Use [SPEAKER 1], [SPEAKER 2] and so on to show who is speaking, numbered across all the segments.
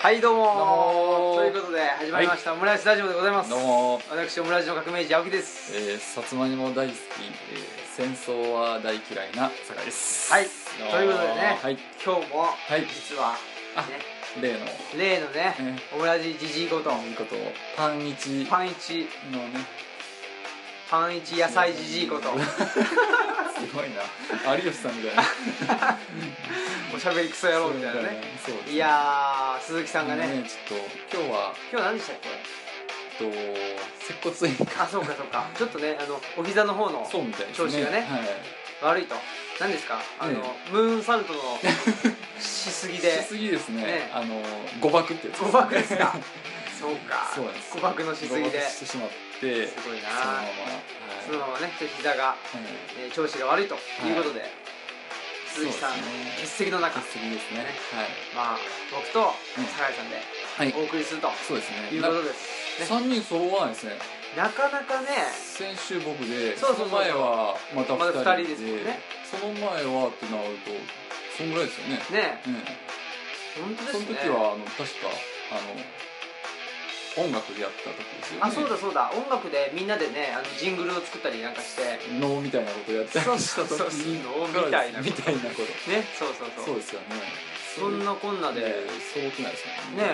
[SPEAKER 1] はいどうも
[SPEAKER 2] どうも
[SPEAKER 1] ということで始まりました、オムライスラジオでございます
[SPEAKER 2] どうも、
[SPEAKER 1] 私オムライスの革命児青木です
[SPEAKER 2] えー、さつまいも大好き、えー、戦争は大嫌いな酒井です
[SPEAKER 1] はい
[SPEAKER 2] ども
[SPEAKER 1] ということでね
[SPEAKER 2] はい
[SPEAKER 1] 今日も、
[SPEAKER 2] い
[SPEAKER 1] 実は、ね、
[SPEAKER 2] あ例の
[SPEAKER 1] 例のね、
[SPEAKER 2] ね
[SPEAKER 1] オムラジじじいこと、
[SPEAKER 2] いいことをパン一
[SPEAKER 1] パンイチ
[SPEAKER 2] のね
[SPEAKER 1] パンイチ野菜じじい こと
[SPEAKER 2] すごいな有吉さんみたいな
[SPEAKER 1] おしゃべりクソ野郎みたいなね
[SPEAKER 2] そうです
[SPEAKER 1] いやー鈴木さんがね、
[SPEAKER 2] ねちょっと今日は
[SPEAKER 1] 今日何でしたっ
[SPEAKER 2] えっと接骨院
[SPEAKER 1] けあそうかそうかちょっとねあのお膝の方の
[SPEAKER 2] そうみたいです
[SPEAKER 1] 調
[SPEAKER 2] ね
[SPEAKER 1] 子がね
[SPEAKER 2] はい
[SPEAKER 1] 悪いと何ですかあの、
[SPEAKER 2] え
[SPEAKER 1] ムーンサ ルトのしすぎで
[SPEAKER 2] しすぎですね
[SPEAKER 1] ね
[SPEAKER 2] あの誤爆ってやつ
[SPEAKER 1] 誤爆ですかそうか
[SPEAKER 2] そうなんです
[SPEAKER 1] 誤爆のしすぎ
[SPEAKER 2] 誤
[SPEAKER 1] で
[SPEAKER 2] 爆してしまって
[SPEAKER 1] すごいな
[SPEAKER 2] そのまま
[SPEAKER 1] そのままねちょっと膝が、
[SPEAKER 2] はいはい
[SPEAKER 1] えー調子が悪いということで、鈴木さん、
[SPEAKER 2] そうです
[SPEAKER 1] 欠
[SPEAKER 2] ね
[SPEAKER 1] 席の中
[SPEAKER 2] 欠席ですね
[SPEAKER 1] ねまあ僕と
[SPEAKER 2] うん
[SPEAKER 1] 酒井さんで
[SPEAKER 2] はい、はい、
[SPEAKER 1] お送りすると
[SPEAKER 2] そうですね
[SPEAKER 1] いうことです、
[SPEAKER 2] 3人揃わないですね
[SPEAKER 1] なかなかね
[SPEAKER 2] 先週僕で
[SPEAKER 1] そうそうそう
[SPEAKER 2] の前はまた
[SPEAKER 1] まだ二
[SPEAKER 2] 2
[SPEAKER 1] 人
[SPEAKER 2] 人
[SPEAKER 1] で
[SPEAKER 2] です
[SPEAKER 1] もんね
[SPEAKER 2] その前はってなるとそんぐらいですよね
[SPEAKER 1] ね
[SPEAKER 2] うん
[SPEAKER 1] 本当です
[SPEAKER 2] そ
[SPEAKER 1] ね
[SPEAKER 2] の時はあの確かあの音楽でやった時ですよね
[SPEAKER 1] あそうだそうだ音楽でみんなでねあのジングルを作ったりなんかして
[SPEAKER 2] のみたいなことやって
[SPEAKER 1] そうそうそう
[SPEAKER 2] やった時
[SPEAKER 1] の
[SPEAKER 2] から
[SPEAKER 1] みたいな
[SPEAKER 2] みたいなこと
[SPEAKER 1] ねそうそうそう
[SPEAKER 2] そうですよね
[SPEAKER 1] そんなこんなで、
[SPEAKER 2] でそうきないですもんね
[SPEAKER 1] ね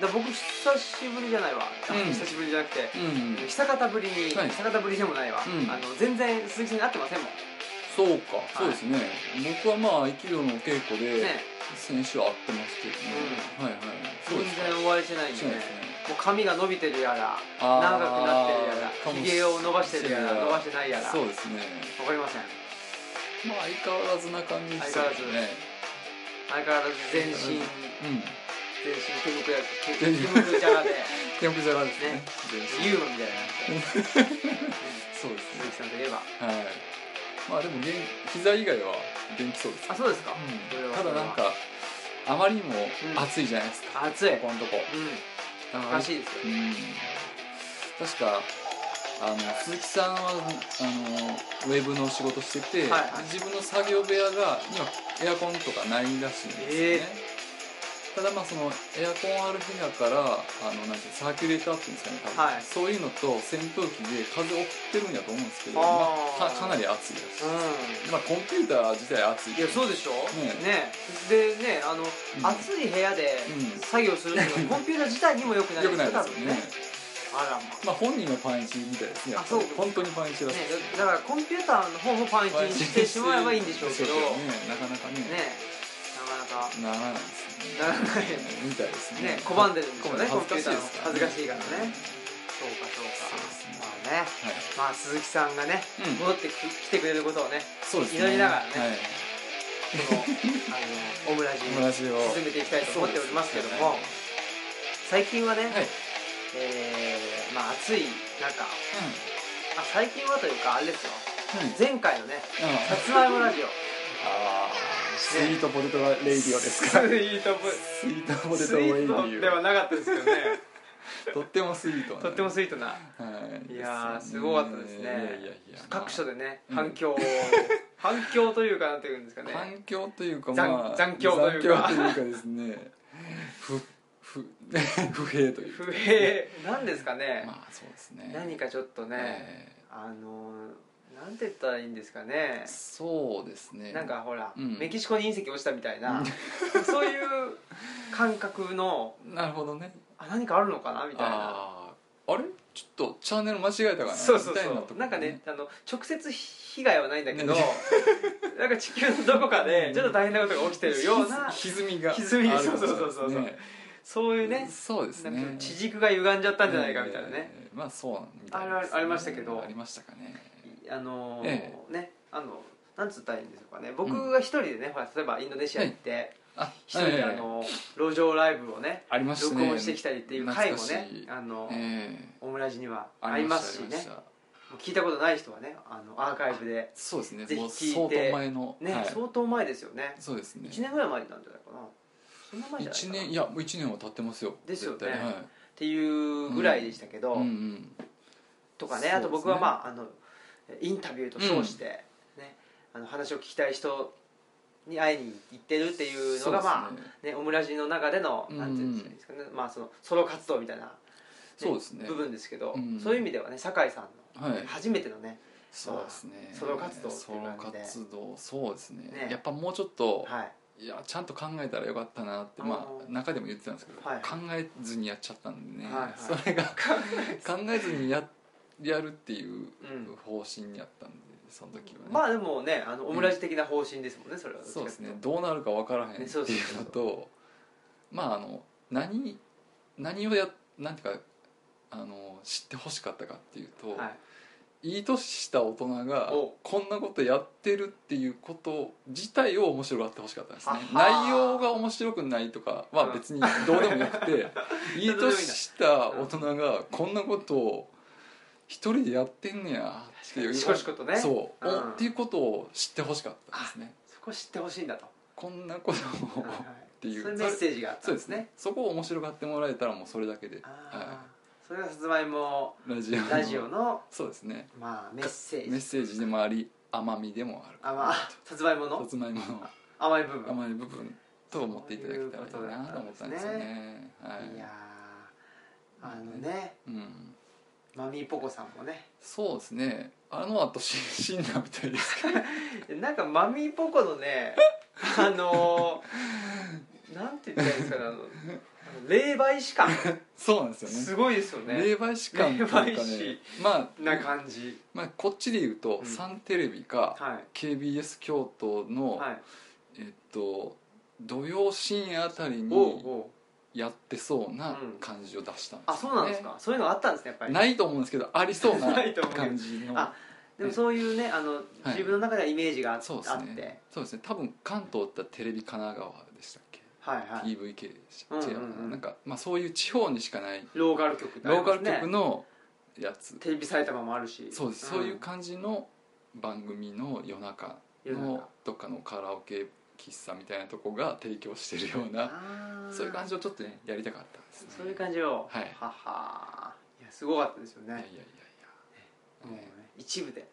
[SPEAKER 1] だから僕久しぶりじゃないわ、
[SPEAKER 2] うん
[SPEAKER 1] 久しぶりじゃなくて
[SPEAKER 2] うん
[SPEAKER 1] 久方ぶりに、
[SPEAKER 2] はい
[SPEAKER 1] 久方ぶりでもないわ、
[SPEAKER 2] うん
[SPEAKER 1] あの全然鈴木さんに会ってませんもん
[SPEAKER 2] そうか、そうですね僕はまあ生きるの稽古で、
[SPEAKER 1] ね
[SPEAKER 2] 先週会ってますけどね、はいはいそう
[SPEAKER 1] 全
[SPEAKER 2] ですね
[SPEAKER 1] 然お会いしてないんで
[SPEAKER 2] そう
[SPEAKER 1] ね
[SPEAKER 2] ですね
[SPEAKER 1] もう髪が伸びてるやら
[SPEAKER 2] あー
[SPEAKER 1] 長くなってるやら
[SPEAKER 2] かもし
[SPEAKER 1] ひげを伸ばしてるやら
[SPEAKER 2] そう
[SPEAKER 1] 伸ばしてないやらわか
[SPEAKER 2] そうですね
[SPEAKER 1] りません
[SPEAKER 2] まあ相変わらずな感じですよね
[SPEAKER 1] 相変わ相変わらず全身全身
[SPEAKER 2] うん
[SPEAKER 1] 毛むくや毛むくじゃらで
[SPEAKER 2] 天ぷじゃらですね
[SPEAKER 1] ね
[SPEAKER 2] 全身
[SPEAKER 1] ユーマみたいな感じで
[SPEAKER 2] そ
[SPEAKER 1] 鈴
[SPEAKER 2] うですね
[SPEAKER 1] 木さんといえば
[SPEAKER 2] はいまあでも元膝以外は元気そうです、
[SPEAKER 1] あそうですか、
[SPEAKER 2] うん、
[SPEAKER 1] そ
[SPEAKER 2] た
[SPEAKER 1] れは
[SPEAKER 2] だなんかあまりにも
[SPEAKER 1] ん
[SPEAKER 2] 暑いじゃないですか、
[SPEAKER 1] 暑い
[SPEAKER 2] ここのとこ
[SPEAKER 1] う
[SPEAKER 2] だか
[SPEAKER 1] ん
[SPEAKER 2] ら
[SPEAKER 1] らしいですよ
[SPEAKER 2] うん確かあの鈴木さんはあのウェブの仕事してて、
[SPEAKER 1] はいはい
[SPEAKER 2] 自分の作業部屋がにはエアコンとかないらしいんですよね、
[SPEAKER 1] え
[SPEAKER 2] ただまあそのエアコンある部屋からあのなんていうサーキュレーターっていうんですかね多
[SPEAKER 1] はい
[SPEAKER 2] 分、そういうのと扇風機で風送ってるんやと思うんですけど、
[SPEAKER 1] あー
[SPEAKER 2] まあかかなり暑いです、
[SPEAKER 1] うん
[SPEAKER 2] まあコンピューター自体暑い
[SPEAKER 1] いやそうでしょ
[SPEAKER 2] ね
[SPEAKER 1] ねでねあの、
[SPEAKER 2] ん
[SPEAKER 1] 暑い部屋で
[SPEAKER 2] うん
[SPEAKER 1] 作業するのは、 コンピューター自体にも良くない
[SPEAKER 2] よくないですよ
[SPEAKER 1] 多分
[SPEAKER 2] ね
[SPEAKER 1] あらま
[SPEAKER 2] まあ本人のパンイチみたいですねやっぱ
[SPEAKER 1] あ
[SPEAKER 2] り
[SPEAKER 1] そう
[SPEAKER 2] 本当にパンイチ
[SPEAKER 1] あね
[SPEAKER 2] らしいです
[SPEAKER 1] だからコンピューターの方もパンイチにしてしまえばいいんでしょうけどね
[SPEAKER 2] なかなかね
[SPEAKER 1] なかなか
[SPEAKER 2] ならないですね
[SPEAKER 1] ならない
[SPEAKER 2] みたいですね
[SPEAKER 1] ね拒んでるんでしょうね
[SPEAKER 2] 拒んでる
[SPEAKER 1] コンピューターの恥ずかしいからね
[SPEAKER 2] は
[SPEAKER 1] そうかそうか
[SPEAKER 2] そうですね
[SPEAKER 1] まあね
[SPEAKER 2] い
[SPEAKER 1] まあ鈴木さんがね、
[SPEAKER 2] うん
[SPEAKER 1] 戻ってき来てくれることをね
[SPEAKER 2] そうですね
[SPEAKER 1] 祈りながらね
[SPEAKER 2] はい
[SPEAKER 1] この あのオムラジ
[SPEAKER 2] 友
[SPEAKER 1] に
[SPEAKER 2] 達を
[SPEAKER 1] 進めていきたいと思っておりますけども、
[SPEAKER 2] はい
[SPEAKER 1] 最近はね、
[SPEAKER 2] はい
[SPEAKER 1] えーまあ暑い中あ最近はというかあれですよ
[SPEAKER 2] うんうん
[SPEAKER 1] 前回のねさ
[SPEAKER 2] あ
[SPEAKER 1] つまいもラジオ
[SPEAKER 2] あースイートポテトレイディオですか
[SPEAKER 1] スイートポ
[SPEAKER 2] スイートポテ
[SPEAKER 1] ス
[SPEAKER 2] トレイ
[SPEAKER 1] イ
[SPEAKER 2] デ
[SPEAKER 1] ートで
[SPEAKER 2] ィ
[SPEAKER 1] はなかったですけどね
[SPEAKER 2] オとってもスイートな
[SPEAKER 1] とってもスイートな
[SPEAKER 2] はい
[SPEAKER 1] いやー
[SPEAKER 2] ですよね
[SPEAKER 1] ごかったですね
[SPEAKER 2] いやいやいや
[SPEAKER 1] 各所でね
[SPEAKER 2] うん
[SPEAKER 1] 反 響を反響というかなんていうんですかね
[SPEAKER 2] 反響というか
[SPEAKER 1] 残
[SPEAKER 2] まあ
[SPEAKER 1] 残響というか
[SPEAKER 2] 残響というかです ね不不 不平というか
[SPEAKER 1] 不平なんですかね
[SPEAKER 2] まあそうですね
[SPEAKER 1] 何かちょっとね
[SPEAKER 2] え
[SPEAKER 1] あのーなんて言ったらいいんですかね
[SPEAKER 2] ーそうですね
[SPEAKER 1] なんかほら
[SPEAKER 2] うん
[SPEAKER 1] メキシコに隕石落ちたみたいな
[SPEAKER 2] う ん
[SPEAKER 1] そういう感覚の
[SPEAKER 2] なるほどね
[SPEAKER 1] あ何かあるのかなみたいな
[SPEAKER 2] あーあれちょっとチャンネル間違えたかな
[SPEAKER 1] そうそう
[SPEAKER 2] みたいなと
[SPEAKER 1] そ
[SPEAKER 2] こ
[SPEAKER 1] う
[SPEAKER 2] ね
[SPEAKER 1] なんかねあの直接被害はないんだけ ど
[SPEAKER 2] ね
[SPEAKER 1] なんか地球のどこかでちょっと大変なことが起きてるよう な
[SPEAKER 2] ひ歪みが
[SPEAKER 1] 歪み
[SPEAKER 2] あるかもしれ
[SPEAKER 1] そ
[SPEAKER 2] な
[SPEAKER 1] う
[SPEAKER 2] い
[SPEAKER 1] そうそ
[SPEAKER 2] です
[SPEAKER 1] うそう
[SPEAKER 2] ね
[SPEAKER 1] そういうね
[SPEAKER 2] そうです
[SPEAKER 1] なん
[SPEAKER 2] ね
[SPEAKER 1] か地軸が歪んじゃったんじゃないかみたいなね、
[SPEAKER 2] えーまあそうみたいですね
[SPEAKER 1] あれありましたけど
[SPEAKER 2] ありましたかね
[SPEAKER 1] あのー
[SPEAKER 2] え
[SPEAKER 1] ねあのなんつったらいいんですかね僕が一人でね、ほら例えばインドネシア行って
[SPEAKER 2] あ
[SPEAKER 1] 一人であ
[SPEAKER 2] えー
[SPEAKER 1] の路上ライブをね
[SPEAKER 2] ありました
[SPEAKER 1] 録
[SPEAKER 2] ね
[SPEAKER 1] 音してきたりっていう回も
[SPEAKER 2] 懐か
[SPEAKER 1] ね
[SPEAKER 2] しい
[SPEAKER 1] あの、
[SPEAKER 2] えー
[SPEAKER 1] オムラジにはありますし
[SPEAKER 2] ありま
[SPEAKER 1] ね
[SPEAKER 2] したありました
[SPEAKER 1] もう聞いたことない人はねあのアーカイブで
[SPEAKER 2] そうですね
[SPEAKER 1] ぜひ
[SPEAKER 2] もう
[SPEAKER 1] 聞いて
[SPEAKER 2] 相当前の
[SPEAKER 1] ね、
[SPEAKER 2] はい
[SPEAKER 1] 相当前ですよね
[SPEAKER 2] そうですね
[SPEAKER 1] 1年ぐらい前なんじゃないかなそんな前じゃない
[SPEAKER 2] 一
[SPEAKER 1] かな
[SPEAKER 2] 年いやもう1年は経ってますよ
[SPEAKER 1] ですよね
[SPEAKER 2] 絶対はい
[SPEAKER 1] っていうぐらいでしたけど、
[SPEAKER 2] うんうん
[SPEAKER 1] とか
[SPEAKER 2] そ
[SPEAKER 1] ね
[SPEAKER 2] うですね
[SPEAKER 1] あと僕はまああのインタビューと称して、ねあの話を聞きたい人に会いに行ってるっていうのがま
[SPEAKER 2] そうですね
[SPEAKER 1] あ、ね、オムラジの中でのなんていうんですかね、まあ、そのソロ活動みたいな、ね
[SPEAKER 2] そうですね
[SPEAKER 1] 部分ですけど、
[SPEAKER 2] うん
[SPEAKER 1] そういう意味ではね酒井さん
[SPEAKER 2] はい
[SPEAKER 1] の初めてのね、
[SPEAKER 2] そうですね
[SPEAKER 1] ソロ活動って
[SPEAKER 2] ソ
[SPEAKER 1] いう
[SPEAKER 2] ロ
[SPEAKER 1] 感じで
[SPEAKER 2] 活動そうですね
[SPEAKER 1] ね
[SPEAKER 2] やっぱもうちょっと、
[SPEAKER 1] はい、
[SPEAKER 2] い、やちゃんと考えたらよかったなってま
[SPEAKER 1] あ
[SPEAKER 2] あ
[SPEAKER 1] ー
[SPEAKER 2] 中でも言ってたんですけど、
[SPEAKER 1] はい
[SPEAKER 2] 考えずにやっちゃったんでね、
[SPEAKER 1] はいはい
[SPEAKER 2] それが考えずにややるっていう
[SPEAKER 1] うん
[SPEAKER 2] 方針にあったんでその時はね、
[SPEAKER 1] まあでもねあのオムラジ的な方針ですもんね、それは
[SPEAKER 2] そうですね
[SPEAKER 1] どっちか
[SPEAKER 2] どうなるか分からへんってい
[SPEAKER 1] ね
[SPEAKER 2] う
[SPEAKER 1] そうそうそう
[SPEAKER 2] のとまああの何何をやなんていうかあの知ってほしかったかっていうと、
[SPEAKER 1] というとはい、
[SPEAKER 2] いい年した大人が
[SPEAKER 1] お
[SPEAKER 2] こんなことやってるっていうこと自体を面白がってほしかったんですね
[SPEAKER 1] あはー
[SPEAKER 2] 内容が面白くないとかは別にどうでもよく て、いい年した大人がこんなことを一人でやってんねやっていう
[SPEAKER 1] しこしことね
[SPEAKER 2] そう、お
[SPEAKER 1] うん
[SPEAKER 2] っていうことを知ってほしかったんですね
[SPEAKER 1] そこ知ってほしいん だと、
[SPEAKER 2] こんなことを
[SPEAKER 1] はいはい
[SPEAKER 2] ていう
[SPEAKER 1] そういうメッセージがあった
[SPEAKER 2] そ
[SPEAKER 1] ん
[SPEAKER 2] うですねそこを面白がってもらえたらもうそれだけで、
[SPEAKER 1] あ
[SPEAKER 2] は
[SPEAKER 1] ーそれがさつまいも
[SPEAKER 2] い、ラジオの
[SPEAKER 1] ラジオの、
[SPEAKER 2] そうですね
[SPEAKER 1] まあ、メッセー
[SPEAKER 2] メッ
[SPEAKER 1] ジ
[SPEAKER 2] セージでもあり甘みでもある
[SPEAKER 1] あまあさつまいも
[SPEAKER 2] さ
[SPEAKER 1] の
[SPEAKER 2] つまいもの
[SPEAKER 1] 甘い部分
[SPEAKER 2] 甘い部分と思っていただけたらいいなと思ったんですよねはい
[SPEAKER 1] いやーあのね
[SPEAKER 2] うん、
[SPEAKER 1] マミーポコさんもね
[SPEAKER 2] そうですねあのあと 死んだみたいです けど
[SPEAKER 1] なんかマミーポコの ねあのー、なんて言ったらいいんですかねあのあの霊媒師感
[SPEAKER 2] そうなんですよね
[SPEAKER 1] すごいですよね
[SPEAKER 2] 霊媒師感というかね
[SPEAKER 1] 霊媒師
[SPEAKER 2] まあ
[SPEAKER 1] な感じ
[SPEAKER 2] まあ、こっちで言うと、
[SPEAKER 1] うん
[SPEAKER 2] サンテレビか、
[SPEAKER 1] は
[SPEAKER 2] KBS 京都
[SPEAKER 1] い
[SPEAKER 2] の、
[SPEAKER 1] はい
[SPEAKER 2] えっと土曜深夜あたり
[SPEAKER 1] おう
[SPEAKER 2] に
[SPEAKER 1] おう
[SPEAKER 2] やってそうな
[SPEAKER 1] うん
[SPEAKER 2] 感じを出したんですよね、
[SPEAKER 1] あそうなんですかそういうのあったんですねやっぱり
[SPEAKER 2] ないと思うんですけどありそう な
[SPEAKER 1] ないと思うけど
[SPEAKER 2] 感じの
[SPEAKER 1] あでもそういうねあの、自分の中ではイメージがあ,、
[SPEAKER 2] そうです
[SPEAKER 1] あって
[SPEAKER 2] ねそうですね多分関東ってテレビ神奈川でしたっけ、
[SPEAKER 1] はいはい
[SPEAKER 2] TVK でし
[SPEAKER 1] うん
[SPEAKER 2] た
[SPEAKER 1] うん
[SPEAKER 2] 違
[SPEAKER 1] うん
[SPEAKER 2] うななんか、まあ、そういう地方にしかない
[SPEAKER 1] ローカル局ってあり
[SPEAKER 2] ロー
[SPEAKER 1] ま
[SPEAKER 2] カ
[SPEAKER 1] す
[SPEAKER 2] ル
[SPEAKER 1] ね
[SPEAKER 2] 局のやつ、
[SPEAKER 1] テレビ埼玉もあるし
[SPEAKER 2] そうです、
[SPEAKER 1] ん
[SPEAKER 2] そういう感じの番組の夜中
[SPEAKER 1] 夜中
[SPEAKER 2] のどっかのカラオケ喫茶みたいなとこが提供してるような
[SPEAKER 1] あー
[SPEAKER 2] そういう感じをちょっとねやりたかったんですね
[SPEAKER 1] そういう感じを
[SPEAKER 2] はい
[SPEAKER 1] ははいやすごかったですよね
[SPEAKER 2] いやいやいやいや、
[SPEAKER 1] もうね
[SPEAKER 2] ね、
[SPEAKER 1] 一部で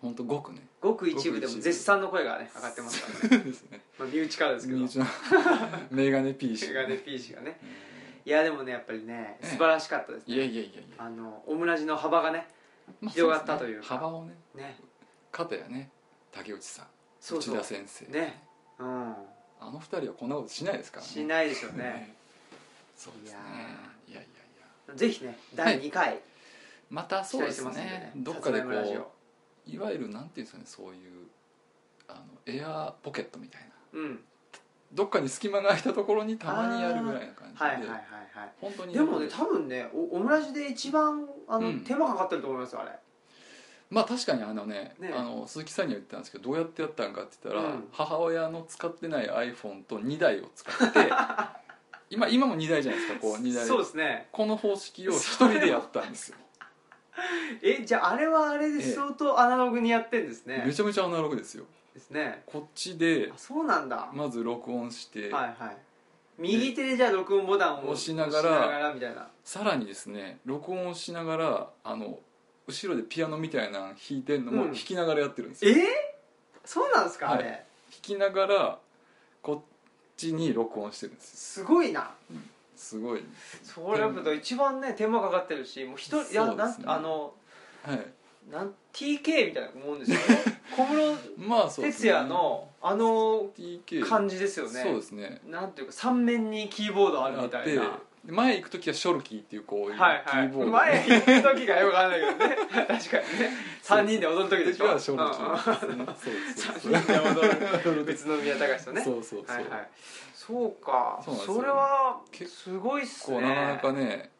[SPEAKER 2] ほんとごくね
[SPEAKER 1] ごく一部でも絶賛の声がね上がってますからね、
[SPEAKER 2] ですね
[SPEAKER 1] まあ、身内からですけど
[SPEAKER 2] 身内の メガネ P 氏
[SPEAKER 1] メガネ P 氏がねいやでもねやっぱりね素晴らしかったです
[SPEAKER 2] いや
[SPEAKER 1] ね
[SPEAKER 2] いやいやいや
[SPEAKER 1] あのオムラジの幅がね
[SPEAKER 2] まあ
[SPEAKER 1] 広がったというか
[SPEAKER 2] そですね幅をね
[SPEAKER 1] ね
[SPEAKER 2] 片やね竹内さん
[SPEAKER 1] そうそう
[SPEAKER 2] 内田先生
[SPEAKER 1] ねうん
[SPEAKER 2] あの二人はこんなことしないですからね
[SPEAKER 1] しないでしょうね
[SPEAKER 2] そうですねいやいやいや
[SPEAKER 1] ぜひね第2回
[SPEAKER 2] また
[SPEAKER 1] 期
[SPEAKER 2] そう
[SPEAKER 1] 待
[SPEAKER 2] で
[SPEAKER 1] して
[SPEAKER 2] す
[SPEAKER 1] ま
[SPEAKER 2] ね
[SPEAKER 1] すんでね
[SPEAKER 2] どっかで
[SPEAKER 1] さつ
[SPEAKER 2] こ
[SPEAKER 1] まいもラジオ
[SPEAKER 2] ういわゆるなんていうんですかねそういうあのエアーポケットみたいな
[SPEAKER 1] うん
[SPEAKER 2] どっかに隙間が空いたところにたまにやるぐらいな感じで、
[SPEAKER 1] はいはいはいはい
[SPEAKER 2] 本当に
[SPEAKER 1] でもね多分ねおオムラジで一番あの、
[SPEAKER 2] うん
[SPEAKER 1] 手間かかってると思いますよあれ
[SPEAKER 2] まあ確かにあのね
[SPEAKER 1] ね
[SPEAKER 2] あの鈴木さんには言ってたんですけどどうやってやったんかって言ったら、
[SPEAKER 1] うん
[SPEAKER 2] 母親の使ってない iPhone と2台を使って 今今も2台じゃないですかこう2台
[SPEAKER 1] そうですね
[SPEAKER 2] この方式を一人でやったんですよ、
[SPEAKER 1] えじゃああれはあれで
[SPEAKER 2] ええ
[SPEAKER 1] 相当アナログにやってんですね
[SPEAKER 2] めちゃめちゃアナログですよ
[SPEAKER 1] ですね
[SPEAKER 2] こっちで
[SPEAKER 1] あそうなんだ、
[SPEAKER 2] まず録音し
[SPEAKER 1] は
[SPEAKER 2] て、
[SPEAKER 1] いはい右手でじゃあ録音ボタンを
[SPEAKER 2] 押しながら
[SPEAKER 1] 押しみたいな
[SPEAKER 2] さらにですね録音をしながらあの後ろでピアノみたいなの弾いてんのも
[SPEAKER 1] うん
[SPEAKER 2] 弾きながらやってるんです
[SPEAKER 1] え
[SPEAKER 2] よ、
[SPEAKER 1] ーそうなんですか、
[SPEAKER 2] はい
[SPEAKER 1] あれ
[SPEAKER 2] 弾きながらこっちに録音してるんです
[SPEAKER 1] す
[SPEAKER 2] よ
[SPEAKER 1] ごいな
[SPEAKER 2] すごい
[SPEAKER 1] それはけど一番ね手間かかってるしもう一人、い
[SPEAKER 2] そ
[SPEAKER 1] や
[SPEAKER 2] う
[SPEAKER 1] な
[SPEAKER 2] で
[SPEAKER 1] ん
[SPEAKER 2] すね
[SPEAKER 1] あの
[SPEAKER 2] はい
[SPEAKER 1] なん TK みたいなもんですよね小室
[SPEAKER 2] まあそうです
[SPEAKER 1] 哲
[SPEAKER 2] ね
[SPEAKER 1] 也のあの
[SPEAKER 2] TK
[SPEAKER 1] 感じですよね
[SPEAKER 2] そうですね
[SPEAKER 1] なんていうか3面にキーボードあるみたいな
[SPEAKER 2] あって前行く時はショルキーっていうこういうキ
[SPEAKER 1] はいはい
[SPEAKER 2] ーボードで
[SPEAKER 1] 前行く時がよくわかんないけどね 確かにね3人で踊る時でし
[SPEAKER 2] 時
[SPEAKER 1] ょ
[SPEAKER 2] はショルキ
[SPEAKER 1] うんうん
[SPEAKER 2] ーですねそうそうそう
[SPEAKER 1] 3人で踊る宇都宮隆とね
[SPEAKER 2] そうそうそう
[SPEAKER 1] はいはいそうか
[SPEAKER 2] そうなんです
[SPEAKER 1] そ
[SPEAKER 2] よ
[SPEAKER 1] れは
[SPEAKER 2] 結
[SPEAKER 1] すごいっす
[SPEAKER 2] こ
[SPEAKER 1] ね
[SPEAKER 2] うなかなかね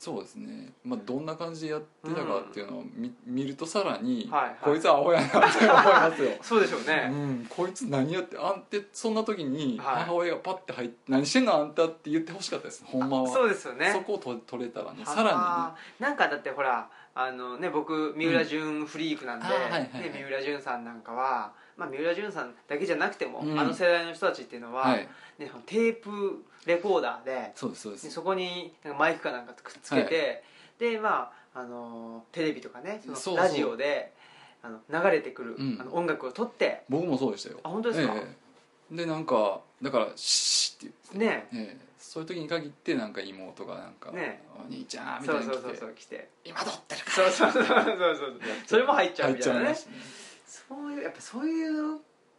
[SPEAKER 2] そうですね、まあ、どんな感じでやってたかっていうのを見,、見るとさらに、
[SPEAKER 1] はいはい
[SPEAKER 2] こいつは青やなって思いますよ
[SPEAKER 1] そうでしょう
[SPEAKER 2] う
[SPEAKER 1] ね
[SPEAKER 2] ん、こいつ何やってあんってそんな時に
[SPEAKER 1] はい
[SPEAKER 2] 母親がパッて入って「何してんのあんた」って言ってほしかったですほんまは
[SPEAKER 1] そうですよね
[SPEAKER 2] そこをと取れたらね
[SPEAKER 1] は
[SPEAKER 2] さら
[SPEAKER 1] あなんかだってほらあのね僕三浦淳フリークなんで
[SPEAKER 2] あーはいはいはい
[SPEAKER 1] ね三浦淳さんなんかはまあ三浦淳さんだけじゃなくても
[SPEAKER 2] うん
[SPEAKER 1] あの世代の人たちっていうの
[SPEAKER 2] にねは
[SPEAKER 1] はいねテープレコーダーで
[SPEAKER 2] そうですそうで
[SPEAKER 1] ですそこになんかマイクかなんかくっつけて、でまあ、あのーテレビとかねその
[SPEAKER 2] そうそう
[SPEAKER 1] ラジオであの流れてくる、
[SPEAKER 2] うん
[SPEAKER 1] あの音楽を撮って
[SPEAKER 2] 僕もそうでしたよ
[SPEAKER 1] あ本当ですか
[SPEAKER 2] ええでなんかだから「シーッ」って
[SPEAKER 1] ね
[SPEAKER 2] 言って、ええそういう時に限ってなんか妹がなんか「
[SPEAKER 1] ね
[SPEAKER 2] お兄ちゃん」み
[SPEAKER 1] そ
[SPEAKER 2] た
[SPEAKER 1] う
[SPEAKER 2] いに
[SPEAKER 1] そう
[SPEAKER 2] 来
[SPEAKER 1] そう
[SPEAKER 2] て
[SPEAKER 1] そう来て
[SPEAKER 2] 「今撮ってるか
[SPEAKER 1] そうそうそうそうそうそれも入っちゃう
[SPEAKER 2] 入っ
[SPEAKER 1] み
[SPEAKER 2] ち
[SPEAKER 1] たい
[SPEAKER 2] ゃ
[SPEAKER 1] ないね
[SPEAKER 2] ますね
[SPEAKER 1] そういうやっぱそういう